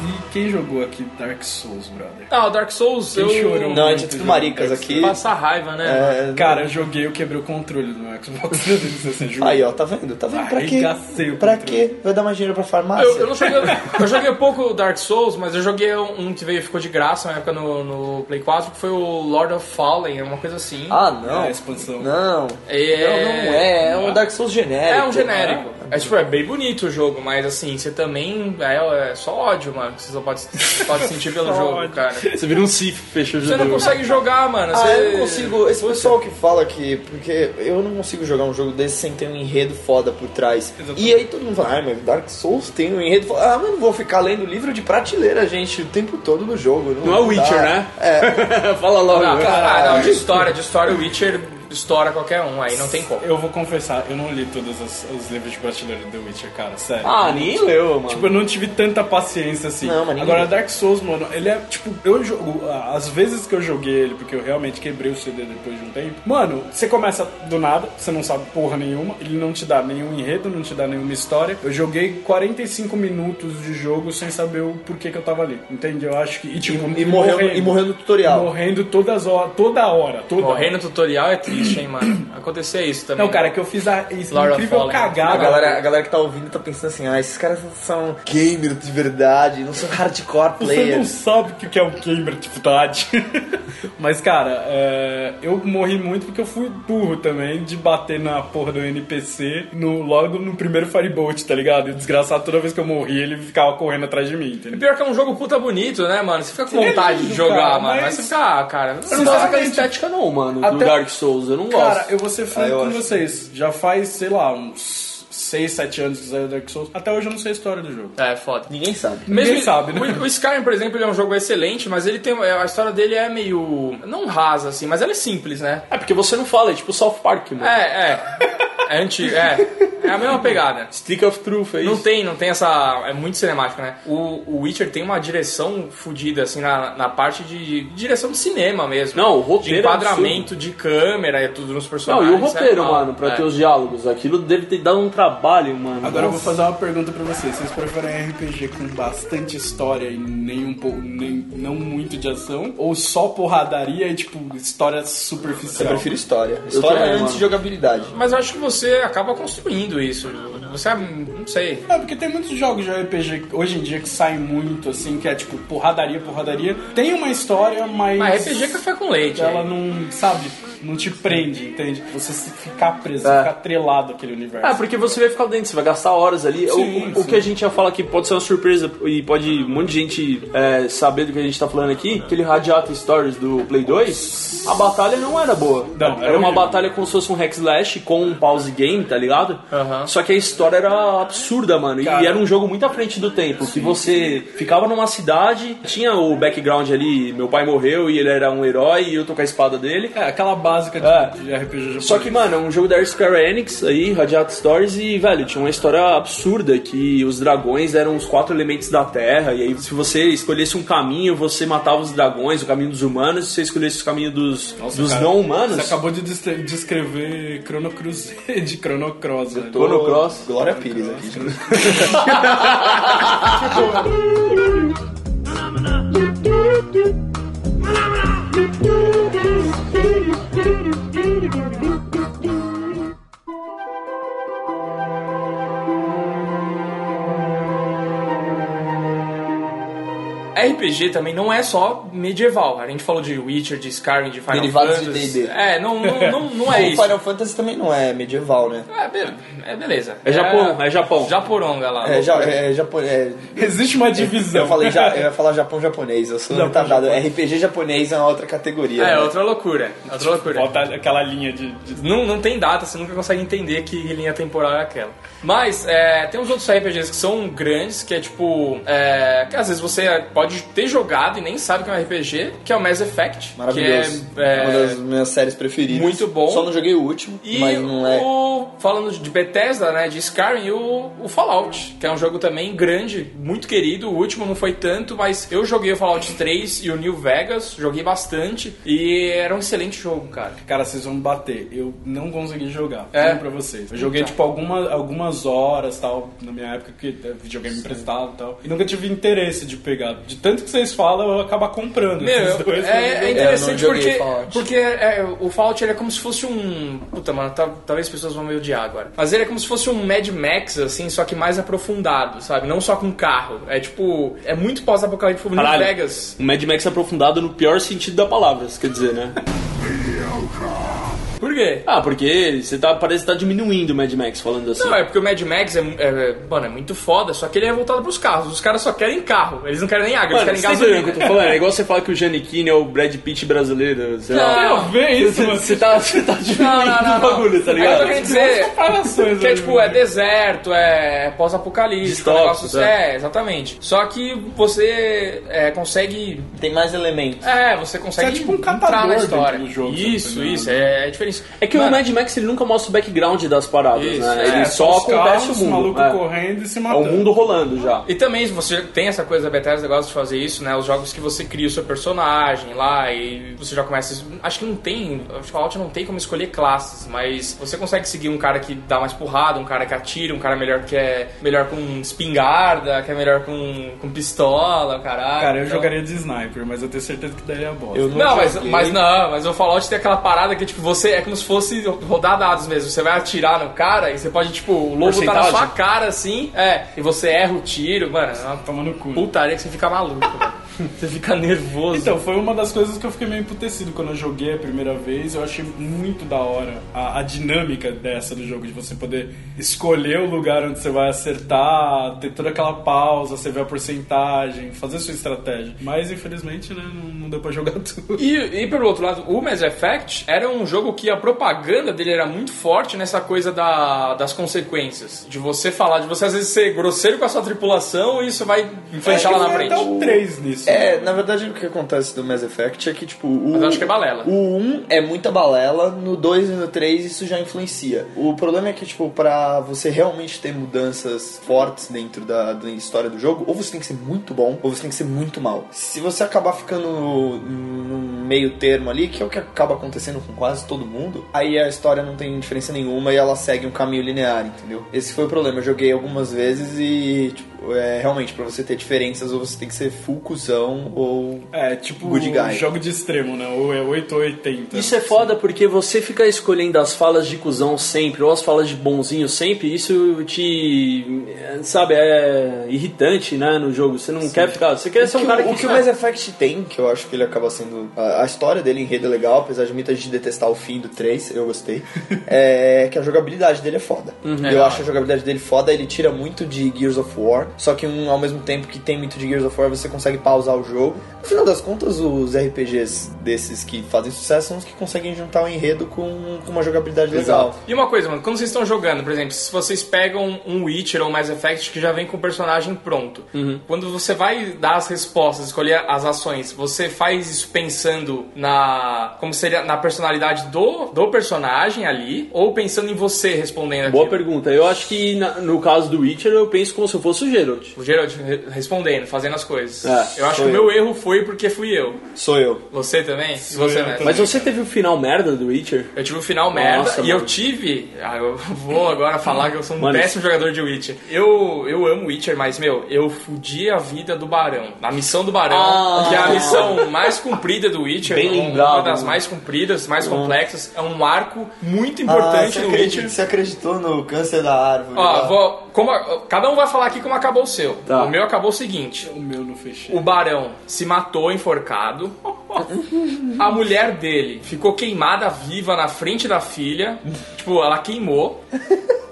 E quem jogou aqui Dark Souls, brother?
Ah, o Dark Souls,
Quem
eu.
chorou?
Não, a gente é tudo maricas aqui.
Passa raiva, né?
É,
Cara, eu joguei, eu quebrei o controle do meu Xbox [LAUGHS] 360. juro.
Aí, ó, tá vendo? Tá vendo? Pra quê?
Arregacei o
Pra
controle.
quê? Vai dar mais dinheiro pra farmácia?
Eu, eu não joguei, eu joguei um pouco Dark Souls, mas eu joguei um que veio ficou de graça na época no, no Play 4, que foi o Lord of Fallen, uma coisa assim.
Ah,
É
não.
a expansão.
Não.
É-
Não, não é. É um Dark Souls genérico.
É um genérico. É, tipo, é bem bonito o jogo, mas assim, você também. É, é só ódio, mano, que você só pode, pode sentir pelo jogo, cara.
Você vira um Sif, fechou o
Você
jogo.
não consegue jogar, mano.
Ah,
você...
eu não consigo. Esse pessoal que fala que. Porque eu não consigo jogar um jogo desse sem ter um enredo foda por trás. E aí todo mundo fala, ah, mas Dark Souls tem um enredo foda. Ah, mas não vou ficar lendo livro de prateleira, gente, o tempo todo no jogo. Não,
Não é o Witcher,
dá.
né? É. [LAUGHS] Fala logo.
Ah, cara, não, de história, de história, o Witcher estoura qualquer um, aí não tem como.
Eu vou confessar, eu não li todos os, os livros de prateleira do The Witcher, cara, sério.
Ah, nem leu, mano.
Tipo, eu não tive tanta paciência assim.
Não, mas ninguém-
Agora, Dark Souls, mano, ele é tipo. Eu jogo. As vezes que eu joguei ele, porque eu realmente quebrei o CD depois de um tempo. Mano, você começa do nada, você não sabe porra nenhuma. Ele não te dá nenhum enredo, não te dá nenhuma história. Eu joguei 45 minutos de jogo sem saber o porquê que eu tava ali. Entende? Eu acho que. E, tipo,
E morreu, e morreu no tutorial.
Morrendo todas horas, toda hora. Toda
Morrer
hora.
no tutorial é triste, hein, mano. Acontecer isso também.
Não, cara, é que eu fiz a isso,
Laura
incrível
Fallen.
cagada.
A galera, a galera que tá ouvindo tá pensando assim, ah, esses caras não são gamer de verdade, não são hardcore
Você não
players.
sabe o que que é o gamer de verdade. [LAUGHS] Mas, cara, é, eu morri muito porque eu fui burro também de bater na porra do NPC no, logo no primeiro Firebolt, tá ligado? E o desgraçado, toda vez que eu morri, ele ficava correndo atrás de mim, entendeu?
Pior que é um jogo puta bonito, né, mano? Você fica com
É
vontade
lindo,
de jogar,
cara,
mano. Mas...
mas-
você fica, ah, cara, eu não
Eu não gosto
gosto
daquela
daquele estética.
estética, não, mano, do
Até-
Dark Souls. Eu não
Cara,
gosto.
eu vou ser
Ah,
franco
eu
com
acho.
vocês. Já faz, sei lá, uns 6, 7 anos que saiu Dark Souls. Até hoje eu não sei a história do jogo.
É, foda.
Ninguém sabe.
Mesmo
Ninguém sabe, né?
O, o Skyrim, por exemplo, ele é um jogo excelente, mas ele tem. A história dele é meio. Não rasa, assim, mas ela é simples, né?
É porque você não fala, é tipo South Park, mano.
É, é. É antigo, é. É a mesma pegada.
Stick of Truth, é
Não
isso.
tem, não tem essa. É muito cinemático, né? O, o Witcher tem uma direção fodida, assim, na, na parte de direção de cinema mesmo.
Não, o
De
roteiro é
enquadramento de câmera e tudo nos
Não,
personagens.
e o
é
roteiro,
mal.
mano, pra
É.
ter os diálogos. Aquilo deve ter dado um trabalho, mano.
Agora eu vou
Nossa.
fazer uma pergunta pra vocês. Vocês preferem RPG com bastante história e nem um pouco, nem não muito de ação? Ou só porradaria e tipo história
Eu
superficial?
prefiro história. História é
também,
antes
mano.
de jogabilidade.
Mas eu acho que você acaba construindo isso. Você, ah, não sei.
É, porque tem muitos jogos de RPG hoje em dia que saem muito, assim, que é tipo
Ah,
porradaria, porradaria. Tem uma história, mas.
Mas RPG é café com leite.
Ela não. Sabe? não te prende, entende? Você se ficar preso,
É.
ficar atrelado àquele universo.
Ah, porque você vai ficar dentro, você vai gastar horas ali.
É, Sim,
o, o
sim.
que a gente já fala que pode ser uma surpresa e pode um monte de gente é, saber do que a gente tá falando aqui, aquele Radiata Stories do Play 2, a batalha não era boa.
Não,
era,
era
uma
horrível.
batalha como se fosse um hack slash com um pause game, tá ligado? Só que a história era absurda, mano. E era um jogo muito à frente do tempo. Que você ficava numa cidade, tinha o background ali, meu pai morreu e ele era um herói e eu tô com a espada dele.
É, aquela básica de,
É.
de RPG japonês.
Só que, mano, é um jogo da Square Enix aí, Radiato Stories, e, velho, tinha uma história absurda que os dragões eram os quatro elementos da Terra, e aí se você escolhesse um caminho, você matava os dragões, o caminho dos humanos, se você escolhesse o caminho dos,
Nossa,
dos
cara,
não
Você
humanos.
acabou de descre- descrever Chrono Cross [LAUGHS] de Chrono Cross. velho.
Tô no cross. É
Glória Pires aqui.
RPG também não é só medieval. A gente falou de Witcher, de Skyrim, de Final
Derivados de
Fantasy.
D&D.
É, não,
[LAUGHS]
não, não, não é
o
isso.
Final Fantasy também não é medieval, né?
É, be- é beleza.
É Japão, é Japão.
Japoronga lá.
É, ja, é, japo- é,
Existe uma divisão.
eu falei ja, eu ia falar Japão japonês, eu sou retardado. RPG japonês é uma outra categoria.
É,
né?
outra loucura. Outra loucura.
Falta aquela linha de. de-
Não, não tem data, você nunca consegue entender que linha temporal é aquela. Mas é, tem uns outros RPGs que são grandes, que é tipo. é, que às vezes você pode ter jogado e nem sabe que é um RPG, que é o Mass Effect.
Maravilhoso.
Que é, é,
Uma das minhas séries preferidas.
muito bom.
Só não joguei o último,
E
mas não é.
o, falando de Bethesda, né, de Skyrim, o, o Fallout, que é um jogo também grande, muito querido. O último não foi tanto, mas eu joguei o Fallout 3 e o New Vegas, joguei bastante e era um excelente jogo, cara.
Cara, vocês vão me bater. Eu não consegui jogar.
É?
É. pra vocês. Eu joguei, tipo, alguma, algumas horas tal, na minha época, que é, videogame emprestado e tal. E nunca tive interesse de pegar. De tanto que vocês falam, eu acabar comprando.
Meu,
esses dois,
é,
mas eu-
é interessante
eu não joguei
porque,
Fallout.
porque é, o Fallout ele é como se fosse um. Puta, mano, tal- talvez as pessoas vão me odiar agora. Mas ele é como se fosse um Mad Max, assim, só que mais aprofundado, sabe? Não só com carro. É tipo. É muito pós-apocalíptico. New
Caralho,
Vegas.
um Mad Max aprofundado no pior sentido da palavra, isso quer dizer,
[LAUGHS]
né?
Por quê?
Ah, porque você tá, parece que tá diminuindo o Mad Max falando assim.
Não, é porque o Mad Max é, é- mano, é muito foda, só que ele é voltado pros carros. Os caras só querem carro, eles não querem nem água, eles
Mano,
querem
você tá entendendo o
gasolina.
que eu tô
[LAUGHS]
falando? É igual você falar que o Giannichini é o Brad Pitt brasileiro, sei lá.
Não,
Vê isso, mano.
Você tá, você tá diminuindo
Não, não, não, não.
o bagulho, tá
Aí eu tô
ligado?
querendo dizer
Comparações,
que é
né,
tipo,
meu?
é deserto, é pós-apocalíptico, é um
Distópico,
negócio-
tá?
é, exatamente. Só que você é, consegue
Tem mais elementos.
É, você consegue
Você é tipo um
entrar
catador
na história.
dentro do jogo,
isso,
tá entendendo?
isso, é, é diferente.
É que o
Mano,
Mad Max ele nunca mostra o background das paradas,
Isso,
né?
é,
Ele
só
só
Os
acontece
carros,
o mundo.
maluco
É.
correndo e se
É
matando.
o mundo rolando já.
E também você tem essa coisa da Bethesda gosta de fazer isso, né? Os jogos que você cria o seu personagem lá e você já começa. Acho que não tem. Acho que o Fallout não tem como escolher classes, mas você consegue seguir um cara que dá mais porrada, um cara que atira, um cara melhor que é melhor com espingarda, que é melhor com, com pistola, caralho.
Cara, eu
então-
jogaria um de sniper, mas eu tenho certeza que daria a bosta.
Eu
Não, mas,
joguei.
mas não, mas o Fallout tem aquela parada que, tipo, você é como se fosse rodar dados mesmo. Você vai atirar no cara e você pode, tipo, o lobo tá na
Porcentagem?
sua cara assim, é, e você erra o tiro, mano, é uma
Toma no cu. né?
putaria que você fica maluco, [LAUGHS] mano. Você fica nervoso.
Então, foi uma das coisas que eu fiquei meio emputecido quando eu joguei a primeira vez. Eu achei muito da hora a, a dinâmica dessa do jogo, de você poder escolher o lugar onde você vai acertar, ter toda aquela pausa, você vê a porcentagem, fazer sua estratégia. Mas, infelizmente, né, não, não deu pra jogar [LAUGHS] tudo.
E, e pelo outro lado, o Mass Effect era um jogo que a propaganda dele era muito forte nessa coisa da, das consequências. De você falar, de você às vezes ser grosseiro com a sua tripulação e isso vai
É,
influenciar lá na frente.
Até o 3 um nisso.
É, na verdade o que acontece do Mass Effect é que, tipo, o.
Mas eu acho que é balela.
O 1 é muita balela, no 2 e no 3 isso já influencia. O problema é que, tipo, pra você realmente ter mudanças fortes dentro da, da história do jogo, ou você tem que ser muito bom, ou você tem que ser muito mal. Se você acabar ficando no, no meio termo ali, que é o que acaba acontecendo com quase todo mundo, aí a história não tem diferença nenhuma e ela segue um caminho linear, entendeu? Esse foi o problema. Eu joguei algumas vezes e, tipo, é, realmente, pra você ter diferenças, ou você tem que ser full cuzão, vilão ou.
É, tipo
Good
um
guy.
jogo de extremo, né? Ou é 8 ou 80.
Isso é foda porque você fica escolhendo as falas de cuzão sempre, ou as falas de bonzinho sempre, isso te. sabe, é irritante, né? No jogo. Você não quer ficar. Você quer ser
O
um
que
cara
o,
que.
o que o Mass Effect tem, que eu acho que ele acaba sendo. A, a história dele em rede é legal, apesar de muita gente detestar o fim do 3, eu gostei. é que a jogabilidade dele é foda. eu acho a jogabilidade dele foda, ele tira muito de Gears of War. Só que um, ao mesmo tempo que tem muito de Gears of War, você consegue pausar o jogo. No final das contas, os RPGs desses que fazem sucesso são os que conseguem juntar o enredo com, com uma jogabilidade legal.
E uma coisa, mano, quando vocês estão jogando, por exemplo, se vocês pegam um Witcher ou Mass Effect que já vem com o personagem pronto, quando você vai dar as respostas, escolher as ações, você faz isso pensando na como seria na personalidade do, do personagem ali, ou pensando em você respondendo
Boa
aquilo?
pergunta. Eu acho que na- no caso do Witcher eu penso como se eu fosse o Geralt.
O Geralt re- respondendo, fazendo as coisas.
É,
eu acho que
sou
o meu erro foi porque fui eu.
Sou eu.
Você também? você,
eu
né?
Mas você teve o final merda do Witcher?
Eu tive o final merda
Nossa,
e eu
mano.
tive. Ah, eu vou agora falar que eu sou um
Mano,
péssimo jogador de Witcher. Eu, eu amo Witcher, mas, meu, eu fudi a vida do Barão. Na missão do Barão,
Ah.
que é a missão mais comprida do Witcher,
Bem
uma- uma
lembrado,
das
mano.
mais compridas, mais complexas. É um arco muito importante
Ah,
no
você acredita-
Witcher.
Você acreditou no câncer da árvore? né?
Ó,
lá?
Ah, vou- como, a- cada um vai falar aqui como acabou o seu.
Tá.
O meu acabou o seguinte:
O meu não fechei.
o Barão se matou enforcado. A mulher dele ficou queimada viva na frente da filha. Tipo, ela queimou.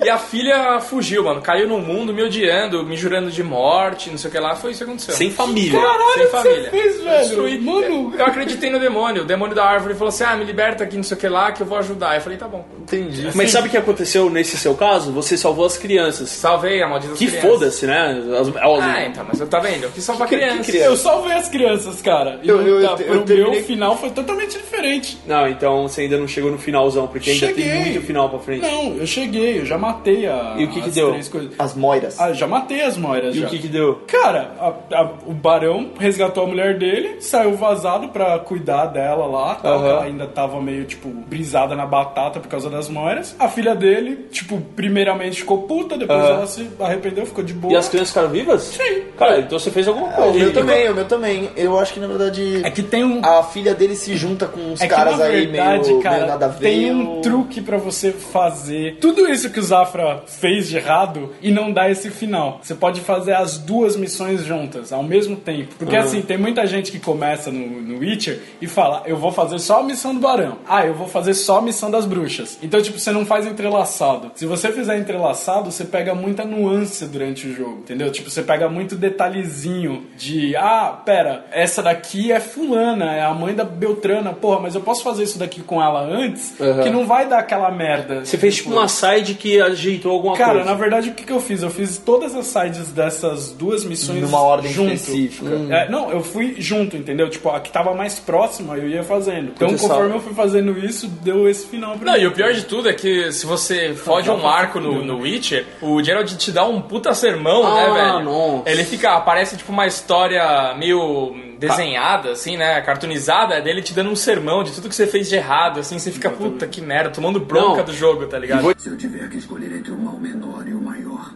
E a filha fugiu, mano. Caiu no mundo me odiando, me jurando de morte, não sei o que lá. Foi isso que aconteceu.
Sem família.
Sem família.
fez, velho?
Eu destruí-
Mano.
Eu acreditei no demônio. O demônio da árvore falou assim: ah, me liberta aqui, não sei o que lá, que eu vou ajudar. Eu falei: tá bom.
Entendi.
Mas sabe o que aconteceu nesse seu caso? Você salvou as crianças.
Salvei a maldita
Que foda-se, né? As, as-
Ah, então, mas eu tá vendo? Eu fiz só pra criança.
Eu salvei as crianças, cara. E
Eu- eu-
tá,
eu-
pro
eu terminei-
meu final foi totalmente diferente.
Não, então você ainda não chegou no finalzão, porque ainda tem
Cheguei.
muito final pra frente.
Não, eu cheguei, eu já matei a.
E o que que
as
deu?
três coisas.
As moiras.
Ah, já matei as moiras
E
já.
o que que deu?
Cara, a- a- o barão resgatou a mulher dele, saiu vazado pra cuidar dela lá, tal, que ela ainda tava meio, tipo, brisada na batata por causa das moiras. A filha dele, tipo, primeiramente ficou puta, depois
Aham.
ela se arrependeu, ficou de boa.
E as crianças ficaram vivas?
Sim.
Cara, então você fez alguma
O
coisa.
meu também, o meu também. Eu acho que na verdade.
É que tem um...
A filha dele se junta com uns
É que
caras
na
aí
verdade,
meio,
cara,
meio nada a ver.
tem um
eu-
truque pra você fazer tudo isso que o Zafra fez de errado e não dar esse final. Você pode fazer as duas missões juntas, ao mesmo tempo.
Ah.
Porque assim, tem muita gente que começa no, no Witcher e fala, eu vou fazer só a missão do Barão. Ah, eu vou fazer só a missão das bruxas. Então, tipo, você não faz entrelaçado. Se você fizer entrelaçado, você pega muita nuance durante o jogo, entendeu? Tipo, você pega muito detalhezinho de, ah, pera, essa daqui é fulana, é a mãe da Beltrana, porra, mas eu posso fazer isso daqui com ela antes, que não vai dar aquela merda.
Você fez tipo uma side que ajeitou alguma
Cara,
coisa.
na verdade, o que, que eu fiz? Eu fiz todas as sides dessas duas missões
Numa ordem
junto.
específica.
É, não, eu fui junto, entendeu? Tipo, a que tava mais próxima eu ia fazendo. Então,
Processado.
conforme eu fui fazendo isso, deu esse final pra
Não,
mim.
e o pior de tudo é que se você fode um arco no, no Witcher, o Gerald te dá um puta sermão, né,
Ah,
velho?
nossa.
Ele fica, aparece tipo uma história meio desenhada, assim, né, cartunizada, dele te dando um sermão de tudo que você fez de errado, assim, você fica, puta que merda, tomando bronca
Não.
do jogo, tá ligado?
Se eu tiver que escolher entre o mal menor e o maior,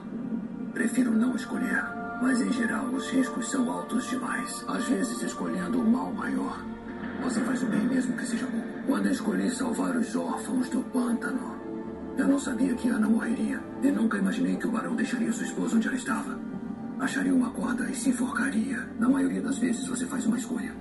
prefiro não escolher. Mas em geral, os riscos são altos demais. Às vezes, escolhendo o mal maior, você faz o bem mesmo que seja bom. Quando eu escolhi salvar os órfãos do pântano, eu não sabia que Ana morreria. E nunca imaginei que o barão deixaria sua esposa onde ela estava. Acharia uma corda e se enforcaria. Na maioria das vezes, você faz uma escolha.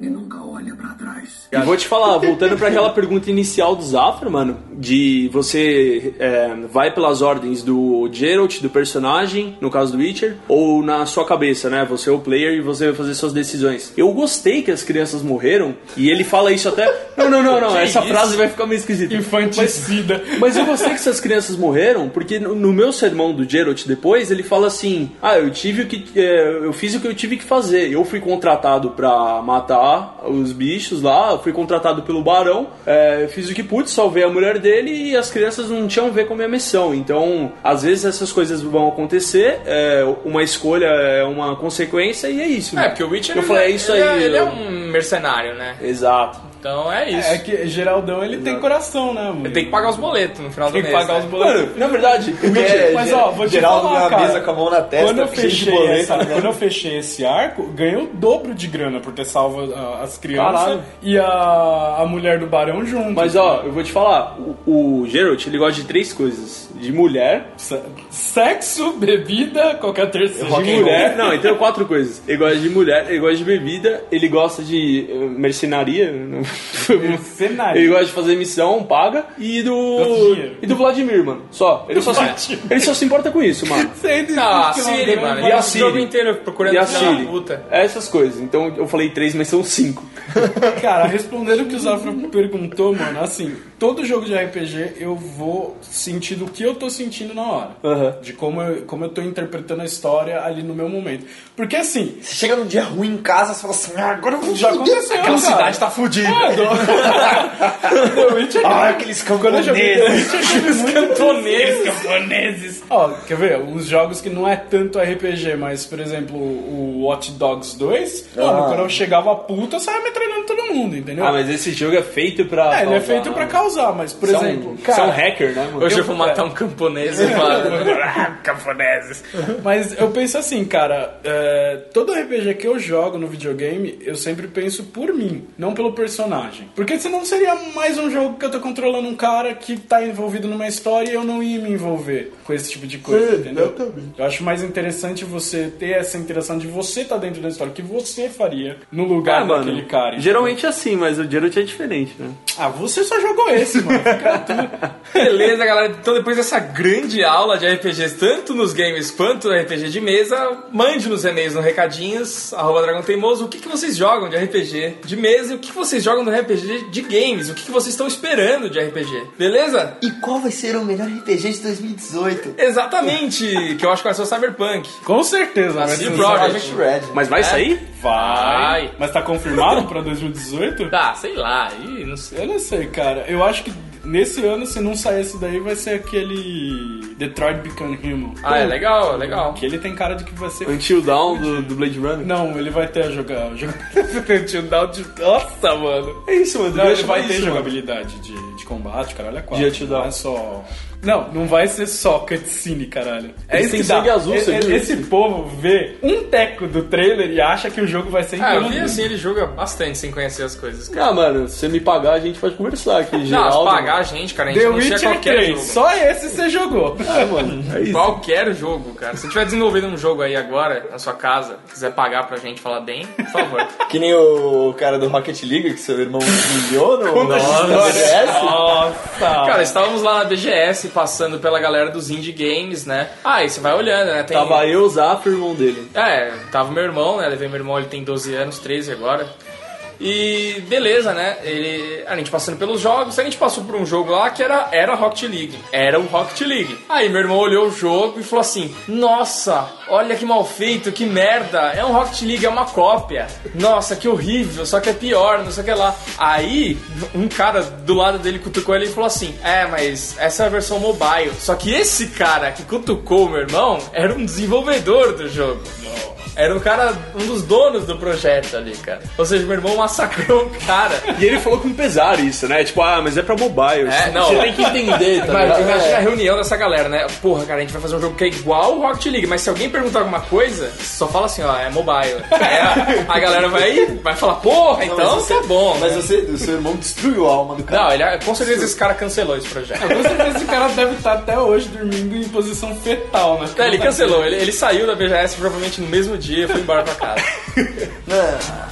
E nunca olha pra trás.
E vou te falar, voltando pra aquela pergunta inicial do Zafra, mano, de você é, vai pelas ordens do Geralt, do personagem, no caso do Witcher, ou na sua cabeça, né? Você é o player e você vai fazer suas decisões. Eu gostei que as crianças morreram, e ele fala isso até. Não, não, não, não, essa frase vai ficar meio esquisita.
Infanticida.
Mas eu gostei que essas crianças morreram, porque no no meu sermão do Geralt depois, ele fala assim: Ah, eu tive o que. é, eu fiz o que eu tive que fazer. Eu fui contratado pra matar os bichos lá, eu fui contratado pelo barão, é, eu fiz o que pude, salvei a mulher dele e as crianças não tinham a ver com a minha missão. Então, às vezes essas coisas vão acontecer, é, uma escolha é uma consequência e é isso.
É, porque o Witcher
Eu falei,
ele
é isso
ele
aí.
ele é
eu-
um mercenário, né?
Exato.
Então é isso.
É que Geraldão, ele tem coração, né, mano?
Ele tem que pagar os boletos no final
Tem
do
que
mês.
pagar
né?
os boletos.
Na verdade,
Porque- mas, ó, vou te
é Geraldo
falar,
na
cara,
mesa com a mão na testa,
Quando eu,
cheio de
fechei
boleto,
essa-
né?
quando eu fechei esse arco, ganhei o dobro de grana por ter salvo ah, as crianças
Caralho.
e a, a mulher do barão junto.
mas ó, eu vou te falar, o, o Geralt, ele gosta de três coisas. De mulher,
Se- sexo, bebida, qualquer terceira.
de mulher. Não, então quatro coisas. Ele gosta de mulher, ele gosta de bebida, ele gosta de eh, mercenaria. não-
Mercenário.
Ele gosta de fazer missão, paga. E
Gosta de
do.
dinheiro.
E do Vladimir, mano. Só. Ele só, se,
Vladimir.
ele só se importa com isso, mano.
Ah, a Siri, mano. Ele
E a
passa o jogo
Siri?
inteiro procurando
E a
filha da
Siri.
puta.
Essas coisas. Então eu falei três, mas são cinco.
[LAUGHS] Cara, respondendo o que o Zafra perguntou, mano, assim, todo jogo de RPG eu vou sentindo o que eu tô sentindo na hora.
Aham.
De como eu, como eu tô interpretando a história ali no meu momento. Porque assim,
Você chega num dia ruim em casa, você fala assim, ah, agora eu vou
já
fuder essa
aconteceu.
casa."
cara.
tá fudida.
The Witcher,
Ah, aqueles
quando eu joguei The
camponeses.
Witcher, eu tive muito
Cantoneses, camponeses.
Ó, quer ver? Uns jogos que não é tanto RPG, mas, por exemplo, o Watch Dogs 2, mano, quando eu chegava puta, eu saia metralhando todo mundo, entendeu?
Ah, mas esse jogo é feito pra.
É, ele é
causar,
feito pra
né?
causar, mas, por
São-
exemplo,
São
cara,
hacker, né, mano?
Hoje eu vou matar um camponês e falar.
Mas eu penso assim, cara, é, todo RPG que eu jogo no videogame, eu sempre penso por mim, não pelo personagem. Porque senão seria mais um jogo que eu tô controlando um cara que tá envolvido numa história e eu não ia me envolver com esse tipo de coisa, entendeu? Eu acho mais interessante você ter essa interação de você tá dentro da história, que você faria no lugar
Ah,
daquele
mano,
cara.
então.
entendeu?
Geralmente é assim, mas o Geralt é diferente, né?
Ah, você só jogou esse, mano. Fica tu-
Beleza, galera. Então, depois dessa grande aula de RPGs, tanto nos games quanto no RPG de mesa, mande nos e-mails no recadinhos, arroba Dragão Teimoso, o que, que vocês jogam de RPG de mesa e o que, que vocês jogam no RPG de games, o que, que vocês estão esperando de RPG, beleza?
E qual vai ser o melhor RPG de 2018?
Exatamente, que eu acho que vai ser o Cyberpunk.
Com certeza, vai
CD
ser um
Projekt.
jogo-
Project Red.
Mas
É?
vai sair?
Vai.
Vai.
Mas tá confirmado pra 2018?
Tá, sei lá, aí não sei.
Eu não sei, cara. Eu acho que nesse ano, se não sair esse daí, vai ser aquele Detroit Become Human.
Ah, é legal, é legal.
Que ele tem cara de que vai ser...
Until Down do, do Blade Runner?
Não, ele vai ter a jogar... joga- [LAUGHS]
Tio Downton- Nossa, mano.
É isso, mano.
Não,
Eu
ele
acho
vai
que
ter
é isso, mano.
jogabilidade de, de combate, caralho, é quatro.
Dia te dá.
Não é só... Não, não vai ser só cutscene, caralho. É
Eles
isso
têm
que dá.
sangue azul,
E-
você
e-
viu
Esse povo vê um teco do trailer e acha que o jogo vai ser
Ah, eu
inteiro
vi
dele.
assim, ele joga bastante sem conhecer as coisas. cara.
Ah, mano, se você me pagar, a gente pode conversar aqui,
Não,
Geraldo.
se pagar a gente, cara, a gente
The
não chega a
Witcher
qualquer
3,
é jogo.
só esse você jogou.
mano.
[LAUGHS]
É isso.
Qualquer jogo, cara. Se tiver desenvolvendo um jogo aí agora, na sua casa, quiser pagar pra gente falar bem, por
[LAUGHS]
favor.
Que nem o cara do Rocket League, que seu irmão humilhou no no
assim?
BGS.
Ah.
Nossa!
Cara, estávamos lá na BGS passando pela galera dos indie games, né? Ah, e você vai olhando, né? Tem...
Tava eu, Zafra e o irmão dele.
É, tava meu irmão, né? Levei meu irmão, ele tem 12 anos, 13 agora. E beleza, né? Ele, a gente passando pelos jogos, a gente passou por um jogo lá que era, era Rocket League. Era o Rocket League. Aí meu irmão olhou o jogo e falou assim: Nossa, olha que mal feito, que merda. É um Rocket League, é uma cópia. Nossa, que horrível, só que é pior, não sei o que lá. Aí um cara do lado dele cutucou ele e falou assim: É, mas essa é a versão mobile. Só que esse cara que cutucou meu irmão era um desenvolvedor do jogo. Era um cara, um dos donos do projeto ali, cara. Ou seja, meu irmão massacrou o cara.
E ele falou com pesar isso, né? Tipo, ah, mas é pra mobile.
É, não.
Você tem que entender, tá
Mas
ligado?
imagina a reunião dessa galera, né? Porra, cara, a gente vai fazer um jogo que é igual o Rocket League, mas se alguém perguntar alguma coisa, só fala assim, ó, é mobile. Aí a, a galera vai, vai falar, porra, então
mas
tá bom.
Mas
né?
você, o seu irmão destruiu a alma do cara.
Não, ele, com certeza esse cara cancelou esse projeto.
Com certeza esse cara deve estar até hoje dormindo em posição fetal, né?
É, ele cancelou, ele, ele saiu da BGS provavelmente no mesmo dia e foi embora pra casa.
Não,